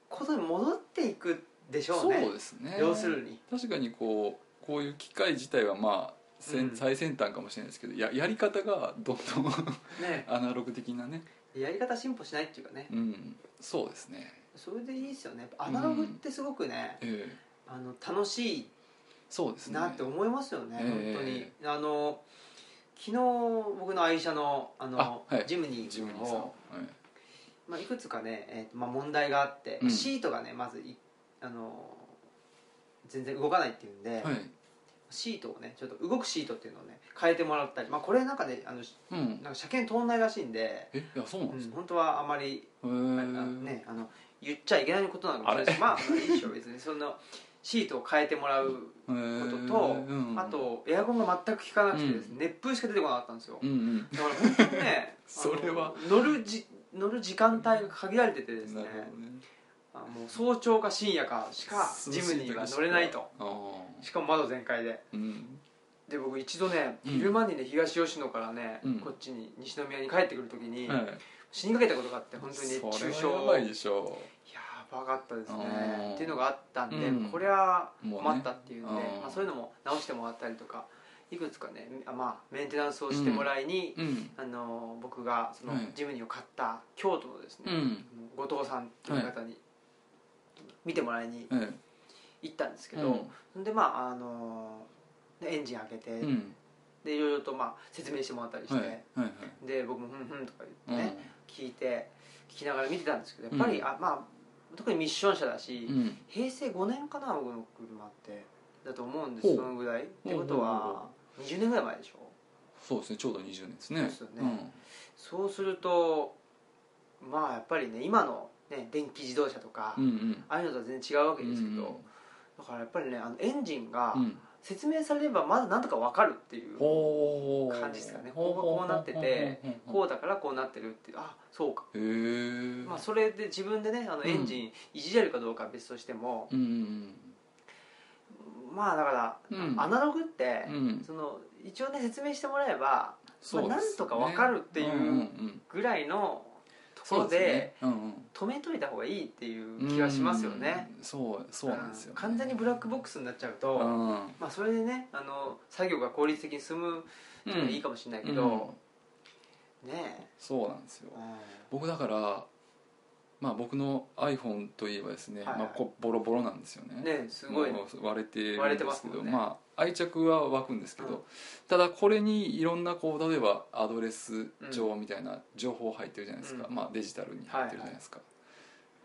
[SPEAKER 1] ことに戻っていくでしょうね
[SPEAKER 2] そうですね
[SPEAKER 1] 要するに
[SPEAKER 2] 確かにこうこういう機械自体はまあせん
[SPEAKER 1] うん
[SPEAKER 2] 最先端かもしれないですけどややり方がどんどん
[SPEAKER 1] ね
[SPEAKER 2] アナログ的なね
[SPEAKER 1] やり方進歩しないっていうかね
[SPEAKER 2] うんそうですね
[SPEAKER 1] それでいいですよねやっぱアナログってすごくね、
[SPEAKER 2] ええ
[SPEAKER 1] あの楽しい
[SPEAKER 2] そうですね
[SPEAKER 1] なって思いますよね、
[SPEAKER 2] ええ
[SPEAKER 1] 本当にあの昨日僕の愛車のあの
[SPEAKER 2] あはい
[SPEAKER 1] ジムニー
[SPEAKER 2] ジム
[SPEAKER 1] 君
[SPEAKER 2] ニーさんは
[SPEAKER 1] を、まあ、いくつかね、えーとまあ、問題があって、
[SPEAKER 2] うん
[SPEAKER 1] シートがねまずいあの全然動かないっていうんで、
[SPEAKER 2] い、はい
[SPEAKER 1] シートをねちょっと動くシートっていうのをね変えてもらったり、まあ、これなんかねあの
[SPEAKER 2] うん
[SPEAKER 1] なんか車検通んないらしいんで、
[SPEAKER 2] えいやそうなん
[SPEAKER 1] う
[SPEAKER 2] です
[SPEAKER 1] ん、
[SPEAKER 2] か、
[SPEAKER 1] 本当はあまりあ
[SPEAKER 2] へえ
[SPEAKER 1] のね、あの言っちゃいけないことなのかもしれないしまあまあいいでしょ別にそのシートを変えてもらう
[SPEAKER 2] こ
[SPEAKER 1] ことと、あとエアコンが全く効かなくてですね、熱風しか出てこなかったんですよ
[SPEAKER 2] うんうん
[SPEAKER 1] だから本当にね
[SPEAKER 2] それは
[SPEAKER 1] あの乗るじ乗る時間帯が限られててです
[SPEAKER 2] な
[SPEAKER 1] ね
[SPEAKER 2] るほどね
[SPEAKER 1] あもう早朝か深夜かしか
[SPEAKER 2] 涼し
[SPEAKER 1] ジ
[SPEAKER 2] い
[SPEAKER 1] ムには乗れないと
[SPEAKER 2] ああ
[SPEAKER 1] しかも窓全開で
[SPEAKER 2] うん
[SPEAKER 1] で僕一度ね
[SPEAKER 2] うん
[SPEAKER 1] 昼間にね東吉野からね、
[SPEAKER 2] うん
[SPEAKER 1] こっちに西宮に帰ってくる時に、
[SPEAKER 2] はい
[SPEAKER 1] 死にかけたことがあって本当に熱
[SPEAKER 2] そ
[SPEAKER 1] 中
[SPEAKER 2] れ
[SPEAKER 1] 症
[SPEAKER 2] はやばいでしょ
[SPEAKER 1] やばかったです
[SPEAKER 2] うん
[SPEAKER 1] ねっていうのがあったんで、
[SPEAKER 2] うん
[SPEAKER 1] これは
[SPEAKER 2] もうね
[SPEAKER 1] 困ったっていうんで、
[SPEAKER 2] うん
[SPEAKER 1] まあ、そういうのも直してもらったりとかいくつかね、あまあ、メンテナンスをしてもらいに、
[SPEAKER 2] うん
[SPEAKER 1] あの僕がその
[SPEAKER 2] はい
[SPEAKER 1] ジムニーを買った京都のですね、
[SPEAKER 2] うん
[SPEAKER 1] あの後藤さんという方に見てもらいに
[SPEAKER 2] え
[SPEAKER 1] 行ったんですけ
[SPEAKER 2] え
[SPEAKER 1] ど、そんでまああのでエンジン開けて、
[SPEAKER 2] うんうん
[SPEAKER 1] でいろいろとまあ説明してもらったりして、
[SPEAKER 2] はいはいはい
[SPEAKER 1] で僕も「ふんふん」とか
[SPEAKER 2] う
[SPEAKER 1] 言
[SPEAKER 2] ん
[SPEAKER 1] ってね、聞いて聞きながら見てたんですけどやっぱり、
[SPEAKER 2] うん
[SPEAKER 1] あまあ特にミッション車だし、
[SPEAKER 2] うん
[SPEAKER 1] 平成5年かな僕の車ってだと思うんで
[SPEAKER 2] ほ
[SPEAKER 1] す
[SPEAKER 2] う
[SPEAKER 1] そのぐらいって
[SPEAKER 2] ほう
[SPEAKER 1] こと
[SPEAKER 2] ほう
[SPEAKER 1] は20年ぐらい前でしょ
[SPEAKER 2] そうですねちょうど20年ですね
[SPEAKER 1] そうですよねそうするとまあやっぱりね今の、ね、電気自動車とか、
[SPEAKER 2] うん、うん
[SPEAKER 1] ああいうのとは全然違うわ
[SPEAKER 2] う
[SPEAKER 1] け
[SPEAKER 2] ん
[SPEAKER 1] ですけど、
[SPEAKER 2] うん
[SPEAKER 1] だからやっぱりねあのエンジンが
[SPEAKER 2] うん
[SPEAKER 1] 説明されればまだなんとか分かるっていう、
[SPEAKER 2] ほう
[SPEAKER 1] 感じですかねここがこうなっててこ
[SPEAKER 2] ほうほうほうほう
[SPEAKER 1] うだからこうなってるっていうあそうか、
[SPEAKER 2] へえ
[SPEAKER 1] まあ、それで自分でねあのエンジンいじれるかどうかは別としても、
[SPEAKER 2] うんうん
[SPEAKER 1] まあだから、
[SPEAKER 2] うん
[SPEAKER 1] アナログって、
[SPEAKER 2] うん
[SPEAKER 1] その一応ね説明してもらえば
[SPEAKER 2] そうですね
[SPEAKER 1] まあなんとかわかるっていう
[SPEAKER 2] うんうんうん
[SPEAKER 1] ぐらいのとこ
[SPEAKER 2] そ
[SPEAKER 1] ろ
[SPEAKER 2] うです
[SPEAKER 1] で
[SPEAKER 2] ねうん
[SPEAKER 1] 止めといた方がいいっていう
[SPEAKER 2] うん
[SPEAKER 1] 気はしますよね
[SPEAKER 2] うんそうそうなんですよね
[SPEAKER 1] うん完全にブラックボックスになっちゃう
[SPEAKER 2] う
[SPEAKER 1] と
[SPEAKER 2] ん
[SPEAKER 1] まあそれでねあの作業が効率的に進むっていうのはいいかもしれないけどね
[SPEAKER 2] そうなんですよ
[SPEAKER 1] えうん
[SPEAKER 2] 僕だからまあ僕の iPhone といえばですね
[SPEAKER 1] はいはい
[SPEAKER 2] まあこうボロボロなんですよね
[SPEAKER 1] ねえすごい
[SPEAKER 2] もう割れて
[SPEAKER 1] 割れ
[SPEAKER 2] る
[SPEAKER 1] て
[SPEAKER 2] んで
[SPEAKER 1] ますす
[SPEAKER 2] け
[SPEAKER 1] も
[SPEAKER 2] ど
[SPEAKER 1] んね
[SPEAKER 2] まあ愛着は湧くんですけど、
[SPEAKER 1] うん
[SPEAKER 2] ただこれにいろんなこう例えばアドレス帳みたいな情報入ってるじゃないですか、
[SPEAKER 1] うん
[SPEAKER 2] まあ、デジタルに入ってるじゃないですか、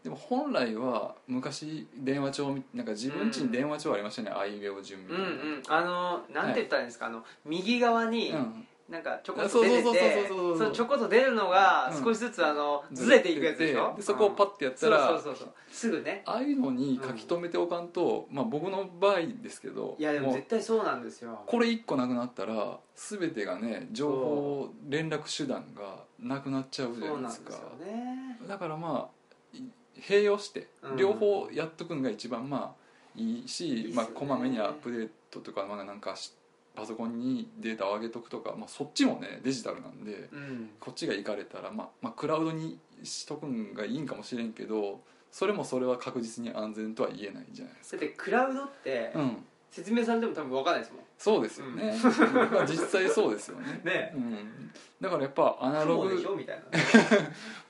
[SPEAKER 2] でも本来は昔電話帳みなんか自分家に電話帳ありましたね、あいうえお順み
[SPEAKER 1] う
[SPEAKER 2] た
[SPEAKER 1] ん
[SPEAKER 2] いな、
[SPEAKER 1] うんあのなんて言ったらいいんですかあの右側に
[SPEAKER 2] うん
[SPEAKER 1] なんかちょこっと出てて
[SPEAKER 2] そうそうそうそうそう
[SPEAKER 1] そのちょこっと出るのが
[SPEAKER 2] うん
[SPEAKER 1] 少しずつあのずれていくやつでしょ
[SPEAKER 2] でそこをパッてやったら、
[SPEAKER 1] そうそうそうそうすぐね
[SPEAKER 2] ああいうのに書き留めておかんと、まあ僕の場合ですけど
[SPEAKER 1] いやでも
[SPEAKER 2] もう
[SPEAKER 1] 絶対そうなんですよ
[SPEAKER 2] これ一個なくなったら全てがね情報連絡手段がなくなっちゃうじゃ
[SPEAKER 1] そうな
[SPEAKER 2] ないで
[SPEAKER 1] んですす
[SPEAKER 2] か
[SPEAKER 1] よね
[SPEAKER 2] だからまあい併用して
[SPEAKER 1] うん
[SPEAKER 2] 両方やっとくのが一番まあいいし、
[SPEAKER 1] いいっすよね
[SPEAKER 2] まあ、こまめにアップデートとかまあなんかしパソコンにデータを上げとくとか、まあ、そっちもねデジタルなんで
[SPEAKER 1] うん
[SPEAKER 2] こっちが行かれたら、まあまあ、クラウドにしとくんがいいんかもしれんけどそれもそれは確実に安全とは言えないじゃないです
[SPEAKER 1] だってクラウドって
[SPEAKER 2] か。うん
[SPEAKER 1] 説明されても多分分かんないですもん
[SPEAKER 2] そうですよね、 まあ実際そうですよね
[SPEAKER 1] ね
[SPEAKER 2] うん、だからやっぱアナロ
[SPEAKER 1] 雲でし
[SPEAKER 2] グ
[SPEAKER 1] ょみたいな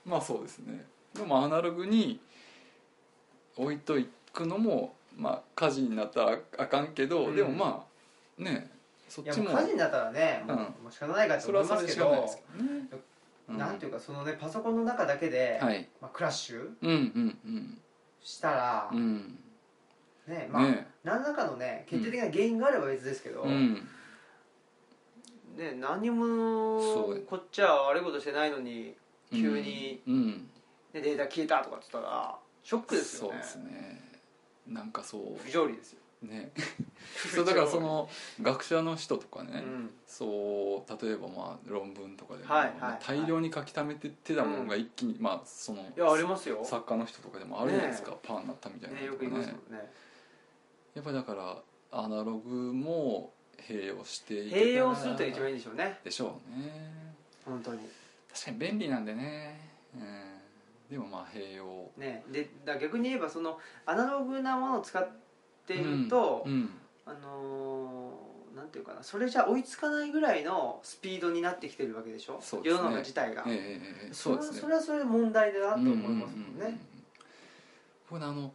[SPEAKER 2] まあそうですねでもアナログに置いといくのもまあ火事になったらあかんけど、
[SPEAKER 1] うん
[SPEAKER 2] でもまあねそっ
[SPEAKER 1] いや
[SPEAKER 2] ち
[SPEAKER 1] もう
[SPEAKER 2] も
[SPEAKER 1] 火事になったらねもう
[SPEAKER 2] うん
[SPEAKER 1] もう仕方ないかと
[SPEAKER 2] それ
[SPEAKER 1] 思
[SPEAKER 2] はい
[SPEAKER 1] ま
[SPEAKER 2] そ
[SPEAKER 1] す
[SPEAKER 2] れ
[SPEAKER 1] け
[SPEAKER 2] しかないで
[SPEAKER 1] ど
[SPEAKER 2] すけどね、うん
[SPEAKER 1] なんていうかそのねパソコンの中だけで
[SPEAKER 2] はい
[SPEAKER 1] まあクラッシュ
[SPEAKER 2] うんうんうん
[SPEAKER 1] したら
[SPEAKER 2] うん
[SPEAKER 1] ねまあ
[SPEAKER 2] ね
[SPEAKER 1] 何らかのね決定的な原因があれば別ですけど
[SPEAKER 2] うん
[SPEAKER 1] ね何
[SPEAKER 2] そう
[SPEAKER 1] もこっちは悪いことしてないのに急に
[SPEAKER 2] うん
[SPEAKER 1] ねデータ消えたとかって言ったらショックです
[SPEAKER 2] そ
[SPEAKER 1] よ
[SPEAKER 2] う
[SPEAKER 1] ね
[SPEAKER 2] ですねなんかそ
[SPEAKER 1] 不条理ですよ
[SPEAKER 2] うねそうだからその学者の人とかね、
[SPEAKER 1] うん
[SPEAKER 2] そう例えばまあ論文とかでも、
[SPEAKER 1] はいはい
[SPEAKER 2] まあ大量に書き溜めてってたものが一気に、まあその
[SPEAKER 1] いやありますよ、
[SPEAKER 2] 作家の人とかでもあるじゃないですか、パンになったみたいな
[SPEAKER 1] ね、
[SPEAKER 2] の
[SPEAKER 1] よ
[SPEAKER 2] と
[SPEAKER 1] く
[SPEAKER 2] か
[SPEAKER 1] 言いま
[SPEAKER 2] ね
[SPEAKER 1] すもんね
[SPEAKER 2] やっぱだからアナログも併用していけたら
[SPEAKER 1] 併用すると一番いいんでしょうね
[SPEAKER 2] でしょうね
[SPEAKER 1] 本当に
[SPEAKER 2] 確かに便利なんでね、うん、でもまあ併用
[SPEAKER 1] ねでだ逆に言えばそのアナログなものを使っていると、
[SPEAKER 2] うんうん
[SPEAKER 1] あのーなんていうかなそれじゃ追いつかないぐらいのスピードになってきてるわけでしょ
[SPEAKER 2] そうです
[SPEAKER 1] 世
[SPEAKER 2] ね
[SPEAKER 1] の中自体が、
[SPEAKER 2] ええええええそうですね
[SPEAKER 1] それはそれはそれ問題だなと思いますもんね、
[SPEAKER 2] うんうんうんうんこれねあの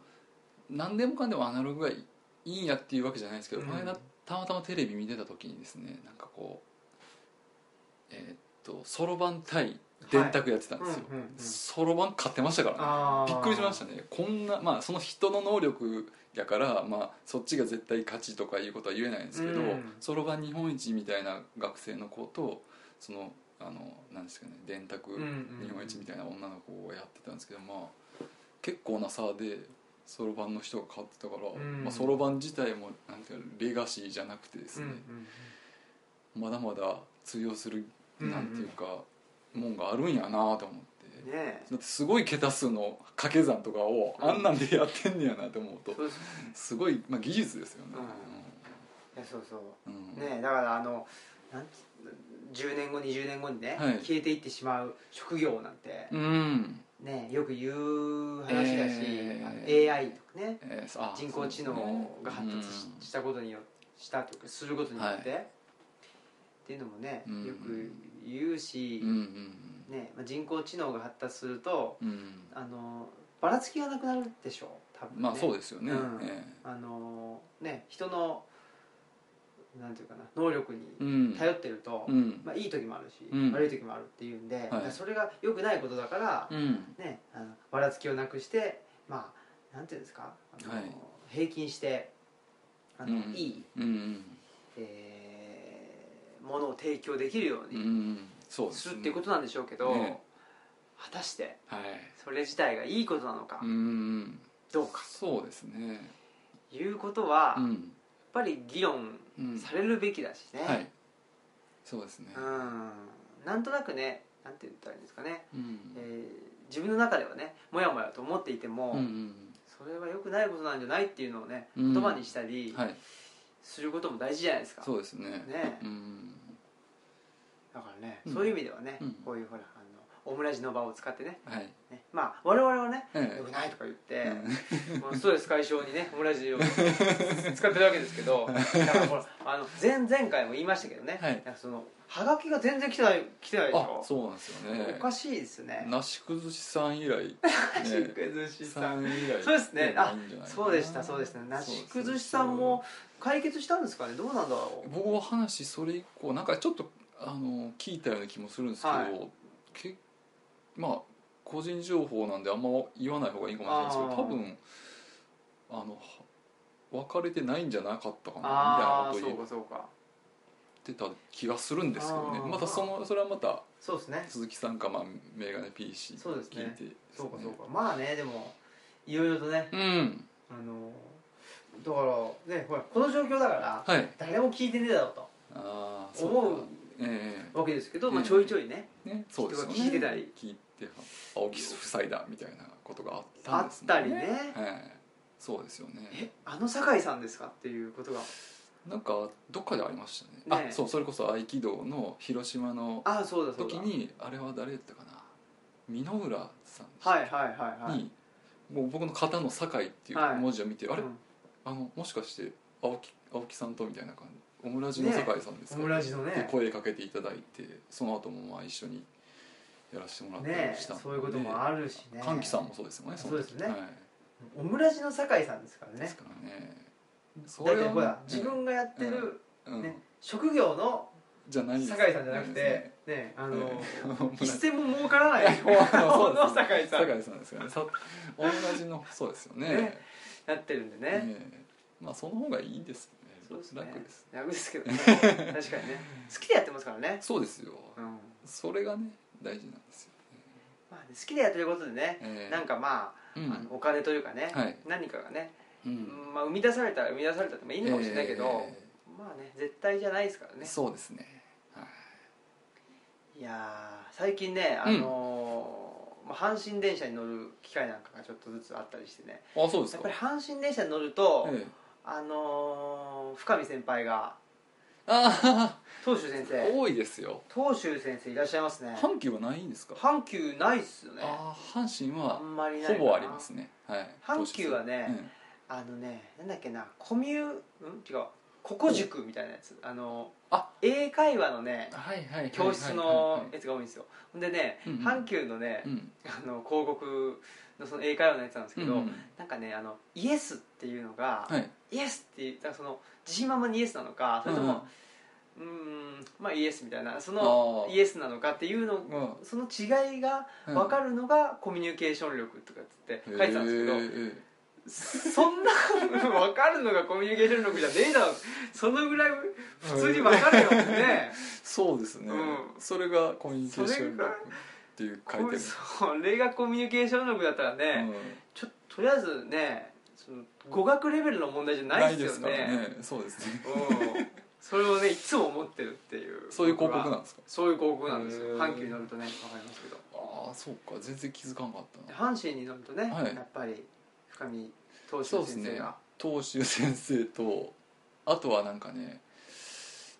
[SPEAKER 2] 何でもかんでもアナログがいいいいんやっていうわけじゃないんですけど、
[SPEAKER 1] うん
[SPEAKER 2] 前なたまたまテレビ見てた時にですねなんかこうえーっとそろばん対電卓やってたんですよ
[SPEAKER 1] うんうんうん
[SPEAKER 2] そろばん買ってましたからね
[SPEAKER 1] あ
[SPEAKER 2] びっくりしましたねこんなまあその人の能力やから、まあ、そっちが絶対勝ちとかいうことは言えないんですけど
[SPEAKER 1] うん
[SPEAKER 2] そろばん日本一みたいな学生の子とそのあのなんですかね電卓
[SPEAKER 1] うんうんうん
[SPEAKER 2] 日本一みたいな女の子をやってたんですけど、まあ結構な差でそろばんの人が変わってたから
[SPEAKER 1] うん
[SPEAKER 2] まあそろばん自体もなんていうかレガシーじゃなくてです
[SPEAKER 1] うん
[SPEAKER 2] ね
[SPEAKER 1] うん、
[SPEAKER 2] まだまだ通用する
[SPEAKER 1] うん
[SPEAKER 2] なんていうか、もんがあるんやなと思って
[SPEAKER 1] う。んねえ
[SPEAKER 2] だってすごい桁数の掛け算とかを
[SPEAKER 1] うん
[SPEAKER 2] あんなんでやってんねやなと思うと
[SPEAKER 1] そうです
[SPEAKER 2] すごい、まあ、技術ですよね、
[SPEAKER 1] いやそうそう
[SPEAKER 2] うんうん
[SPEAKER 1] ねえだからあのなんつ10年後20年後にね、
[SPEAKER 2] はい
[SPEAKER 1] 消えていってしまう職業なんて、
[SPEAKER 2] うん
[SPEAKER 1] ねえよく言う話だし、
[SPEAKER 2] え
[SPEAKER 1] あ
[SPEAKER 2] え
[SPEAKER 1] の AI とかね
[SPEAKER 2] えーあ
[SPEAKER 1] 人工知能が発達し,、
[SPEAKER 2] そうですね
[SPEAKER 1] たことによしたとかすることによって、っていうのもね
[SPEAKER 2] うん
[SPEAKER 1] よく言うし
[SPEAKER 2] うん、うん
[SPEAKER 1] ねまあ、人工知能が発達すると
[SPEAKER 2] うんうん
[SPEAKER 1] あのばらつきがなくなるでしょう多分、ね、
[SPEAKER 2] まあそうですよね、
[SPEAKER 1] うん
[SPEAKER 2] え
[SPEAKER 1] あのね人のなんていうかな能力
[SPEAKER 2] えう
[SPEAKER 1] に
[SPEAKER 2] ん
[SPEAKER 1] 頼ってると、
[SPEAKER 2] うん
[SPEAKER 1] まあ、いい時もあるし、
[SPEAKER 2] うん
[SPEAKER 1] 悪い時もあるっていうんで、だからそれが良くないことだから、
[SPEAKER 2] うん
[SPEAKER 1] ね、あのばらつきをなくしてまあなんていうんですかあの、
[SPEAKER 2] はい
[SPEAKER 1] 平均してあの、
[SPEAKER 2] うん
[SPEAKER 1] いい、
[SPEAKER 2] うんうん
[SPEAKER 1] えーものを提供できるよう
[SPEAKER 2] うんう
[SPEAKER 1] に
[SPEAKER 2] んそうです
[SPEAKER 1] す
[SPEAKER 2] ね
[SPEAKER 1] るっていうことなんでしょうけど、
[SPEAKER 2] ね
[SPEAKER 1] 果たして
[SPEAKER 2] はい
[SPEAKER 1] それ自体がいいことなのか、
[SPEAKER 2] うんうん
[SPEAKER 1] どうか
[SPEAKER 2] そうですね
[SPEAKER 1] ということは、
[SPEAKER 2] う
[SPEAKER 1] やっ
[SPEAKER 2] ん
[SPEAKER 1] ぱり議論
[SPEAKER 2] うん
[SPEAKER 1] されるべきだしね、
[SPEAKER 2] はいそうですね
[SPEAKER 1] うんなんとなくねなんて言ったらいいんですかね、
[SPEAKER 2] うん
[SPEAKER 1] えー自分の中ではねもやもやと思っていても、
[SPEAKER 2] うんうん
[SPEAKER 1] それは良くないことなんじゃないっていうのをね
[SPEAKER 2] うん
[SPEAKER 1] 言葉にしたり
[SPEAKER 2] はい
[SPEAKER 1] することも大事じゃないですか、
[SPEAKER 2] そうですね
[SPEAKER 1] ね
[SPEAKER 2] うん
[SPEAKER 1] だからね、
[SPEAKER 2] うん
[SPEAKER 1] そういう意味ではね、
[SPEAKER 2] うん
[SPEAKER 1] こういうほらあのオムラジの場を使ってね
[SPEAKER 2] はい
[SPEAKER 1] ねまあ我々はね
[SPEAKER 2] え
[SPEAKER 1] 良くないとか言っ
[SPEAKER 2] え
[SPEAKER 1] て、 このストレス解消にねオムラジを 使ってるわけですけどだからほらあの前々回も言いましたけどね、
[SPEAKER 2] はい
[SPEAKER 1] なんかそのハガキが全然来てない来てないでし
[SPEAKER 2] あ
[SPEAKER 1] ょ
[SPEAKER 2] そうなんですよね
[SPEAKER 1] おかしいですね
[SPEAKER 2] なし崩しさん以来ね
[SPEAKER 1] なし崩しさん
[SPEAKER 2] 以来
[SPEAKER 1] そうですねあ
[SPEAKER 2] いいんじゃないかな
[SPEAKER 1] そうでしたそうですねなし崩しさんも解決したんですかねどうなんだろ
[SPEAKER 2] そううそう僕は話それ以降なんかちょっとあの聞いたような気もするんですけど、
[SPEAKER 1] は
[SPEAKER 2] けまあ個人情報なんであんま言わない方がいいかもしれないですけ
[SPEAKER 1] あ
[SPEAKER 2] ど
[SPEAKER 1] ー
[SPEAKER 2] 多分あのは別れてないんじゃなかったかな
[SPEAKER 1] ああ
[SPEAKER 2] みたいなこと
[SPEAKER 1] そう
[SPEAKER 2] を言っ
[SPEAKER 1] かそうか
[SPEAKER 2] てた気がするんですけどね
[SPEAKER 1] あー
[SPEAKER 2] またそのそれはまた
[SPEAKER 1] そうですね
[SPEAKER 2] 鈴木さんか、まあ、メガネ PC
[SPEAKER 1] そうですね
[SPEAKER 2] 聞いてですね
[SPEAKER 1] そうかそうかまあねでもいろいろとね
[SPEAKER 2] うん
[SPEAKER 1] あのだからねほらこの状況だから
[SPEAKER 2] はい
[SPEAKER 1] 誰も聞いてねえだろう
[SPEAKER 2] あー
[SPEAKER 1] と
[SPEAKER 2] そか
[SPEAKER 1] 思
[SPEAKER 2] ええ
[SPEAKER 1] うわけですけど、まあ、
[SPEAKER 2] うん
[SPEAKER 1] ちょいちょいね
[SPEAKER 2] ね、そうですよね
[SPEAKER 1] 人が聞いてたり
[SPEAKER 2] 聞いて青木夫妻だみたいなことがあった
[SPEAKER 1] あ
[SPEAKER 2] んです
[SPEAKER 1] っ
[SPEAKER 2] ね
[SPEAKER 1] たりね
[SPEAKER 2] はい、そうですよね
[SPEAKER 1] えあの酒井さんですかっていうことが
[SPEAKER 2] なんかどっかでありましたね
[SPEAKER 1] ね
[SPEAKER 2] あそうそれこそ合気道の広島の
[SPEAKER 1] ああそうだそうだ
[SPEAKER 2] 時にあれは誰だったかな箕浦さんでした
[SPEAKER 1] はいはいはいはい、
[SPEAKER 2] にもう僕の肩の「堺」っていう
[SPEAKER 1] はい
[SPEAKER 2] 文字を見て、あれ
[SPEAKER 1] うん
[SPEAKER 2] あのもしかして青木青木さんとみたいな感じオムラジの堺さんです
[SPEAKER 1] オ
[SPEAKER 2] か、
[SPEAKER 1] ムラジの
[SPEAKER 2] で
[SPEAKER 1] ね
[SPEAKER 2] 声かけていただいてその後もまあ一緒にやらせてもらった
[SPEAKER 1] ね
[SPEAKER 2] りしたんで
[SPEAKER 1] そういうこともあるしね
[SPEAKER 2] 歓喜さんもそうですよねの時
[SPEAKER 1] そうですね
[SPEAKER 2] はい
[SPEAKER 1] オムラジの酒井さんですから
[SPEAKER 2] で
[SPEAKER 1] ね
[SPEAKER 2] すからねそ
[SPEAKER 1] だって
[SPEAKER 2] は
[SPEAKER 1] ほら
[SPEAKER 2] ね
[SPEAKER 1] 自分がやってる、
[SPEAKER 2] うん
[SPEAKER 1] ね、職業の
[SPEAKER 2] じゃないです
[SPEAKER 1] 酒井さんじゃなく
[SPEAKER 2] ないです
[SPEAKER 1] て
[SPEAKER 2] ね
[SPEAKER 1] ねあの
[SPEAKER 2] うん
[SPEAKER 1] 一銭も儲からない方
[SPEAKER 2] そうです
[SPEAKER 1] の酒井さん
[SPEAKER 2] 酒井さんですよねさ同じのそうですよね
[SPEAKER 1] ねやってるんでね
[SPEAKER 2] えまあその方がいいですね
[SPEAKER 1] そうですね
[SPEAKER 2] 楽です
[SPEAKER 1] 楽ですけ どね確かにね好きでやってますからね、
[SPEAKER 2] そうですよ
[SPEAKER 1] うん
[SPEAKER 2] それがね大事なんですよ
[SPEAKER 1] まあね、好きでやってることでね、
[SPEAKER 2] ええ
[SPEAKER 1] なんかまあ,
[SPEAKER 2] う
[SPEAKER 1] あの、
[SPEAKER 2] ん
[SPEAKER 1] お金というかね、
[SPEAKER 2] はい
[SPEAKER 1] 何かがね
[SPEAKER 2] うん
[SPEAKER 1] まあ、生み出されたら生み出されたってもいいのかもしれないけど、
[SPEAKER 2] え
[SPEAKER 1] まあね絶対じゃないですから
[SPEAKER 2] ー
[SPEAKER 1] ね
[SPEAKER 2] そうですねはい
[SPEAKER 1] いやー最近ね、あのーまあ、阪神電車に乗る機会なんかがちょっとずつあったりしてね
[SPEAKER 2] あそうです
[SPEAKER 1] やっ
[SPEAKER 2] か
[SPEAKER 1] ぱり阪神電車に乗ると、
[SPEAKER 2] ええ
[SPEAKER 1] あのー深見先輩が
[SPEAKER 2] あ
[SPEAKER 1] 東州先
[SPEAKER 2] あ
[SPEAKER 1] 生
[SPEAKER 2] 多いですよ
[SPEAKER 1] 東州先生いらっしゃいますね
[SPEAKER 2] 阪急はないんですか
[SPEAKER 1] 阪急ないっすよね
[SPEAKER 2] ああ阪神
[SPEAKER 1] あ
[SPEAKER 2] は
[SPEAKER 1] んまりない
[SPEAKER 2] ほ
[SPEAKER 1] かな
[SPEAKER 2] ぼありますねはい
[SPEAKER 1] 阪急はね
[SPEAKER 2] 当日うん
[SPEAKER 1] あのねなんだっけなコミュん違うココ塾みたいなやつあの
[SPEAKER 2] あ
[SPEAKER 1] 英会話のね
[SPEAKER 2] はいはいはいはい
[SPEAKER 1] 教室のやつが多いんですよほんでね
[SPEAKER 2] うんうん
[SPEAKER 1] 阪急のね
[SPEAKER 2] うん
[SPEAKER 1] あの広告のその英会話のやつなんですけ
[SPEAKER 2] うんう
[SPEAKER 1] ど
[SPEAKER 2] ん
[SPEAKER 1] なんかねあのイエスっていうのが
[SPEAKER 2] はい
[SPEAKER 1] イエスっていうだからその自信満々にイエスなのかそれともうーんまあイエスみたいなその
[SPEAKER 2] あー
[SPEAKER 1] イエスなのかっていうの
[SPEAKER 2] うんうん
[SPEAKER 1] その違いが
[SPEAKER 2] うん
[SPEAKER 1] 分かるのがコミュニケーション力とかっつって書いてたんですけど
[SPEAKER 2] へー
[SPEAKER 1] そんな分かるのがコミュニケーション力じゃねえだろそのぐらい普通に分かるよね
[SPEAKER 2] そうですね、
[SPEAKER 1] うん
[SPEAKER 2] それがコミュニケーション力っていう書いてる
[SPEAKER 1] それがコミュニケーション力だったらね、
[SPEAKER 2] うん
[SPEAKER 1] ちょっととりあえずねその語学レベルの問題じゃないですよね
[SPEAKER 2] そうですね
[SPEAKER 1] うんそれをねいつも思ってるっていう
[SPEAKER 2] そういう広告
[SPEAKER 1] 僕
[SPEAKER 2] な
[SPEAKER 1] は
[SPEAKER 2] んですか
[SPEAKER 1] そういう広告なんですよ
[SPEAKER 2] へー
[SPEAKER 1] 阪急に乗るとね分かりますけど
[SPEAKER 2] ああそうか全然気づかんかった
[SPEAKER 1] で
[SPEAKER 2] な
[SPEAKER 1] 阪神に乗るとね、
[SPEAKER 2] はい
[SPEAKER 1] やっぱり深見投手
[SPEAKER 2] そう
[SPEAKER 1] の
[SPEAKER 2] です
[SPEAKER 1] 先生
[SPEAKER 2] ね
[SPEAKER 1] が
[SPEAKER 2] 東修先生とあとはなんかね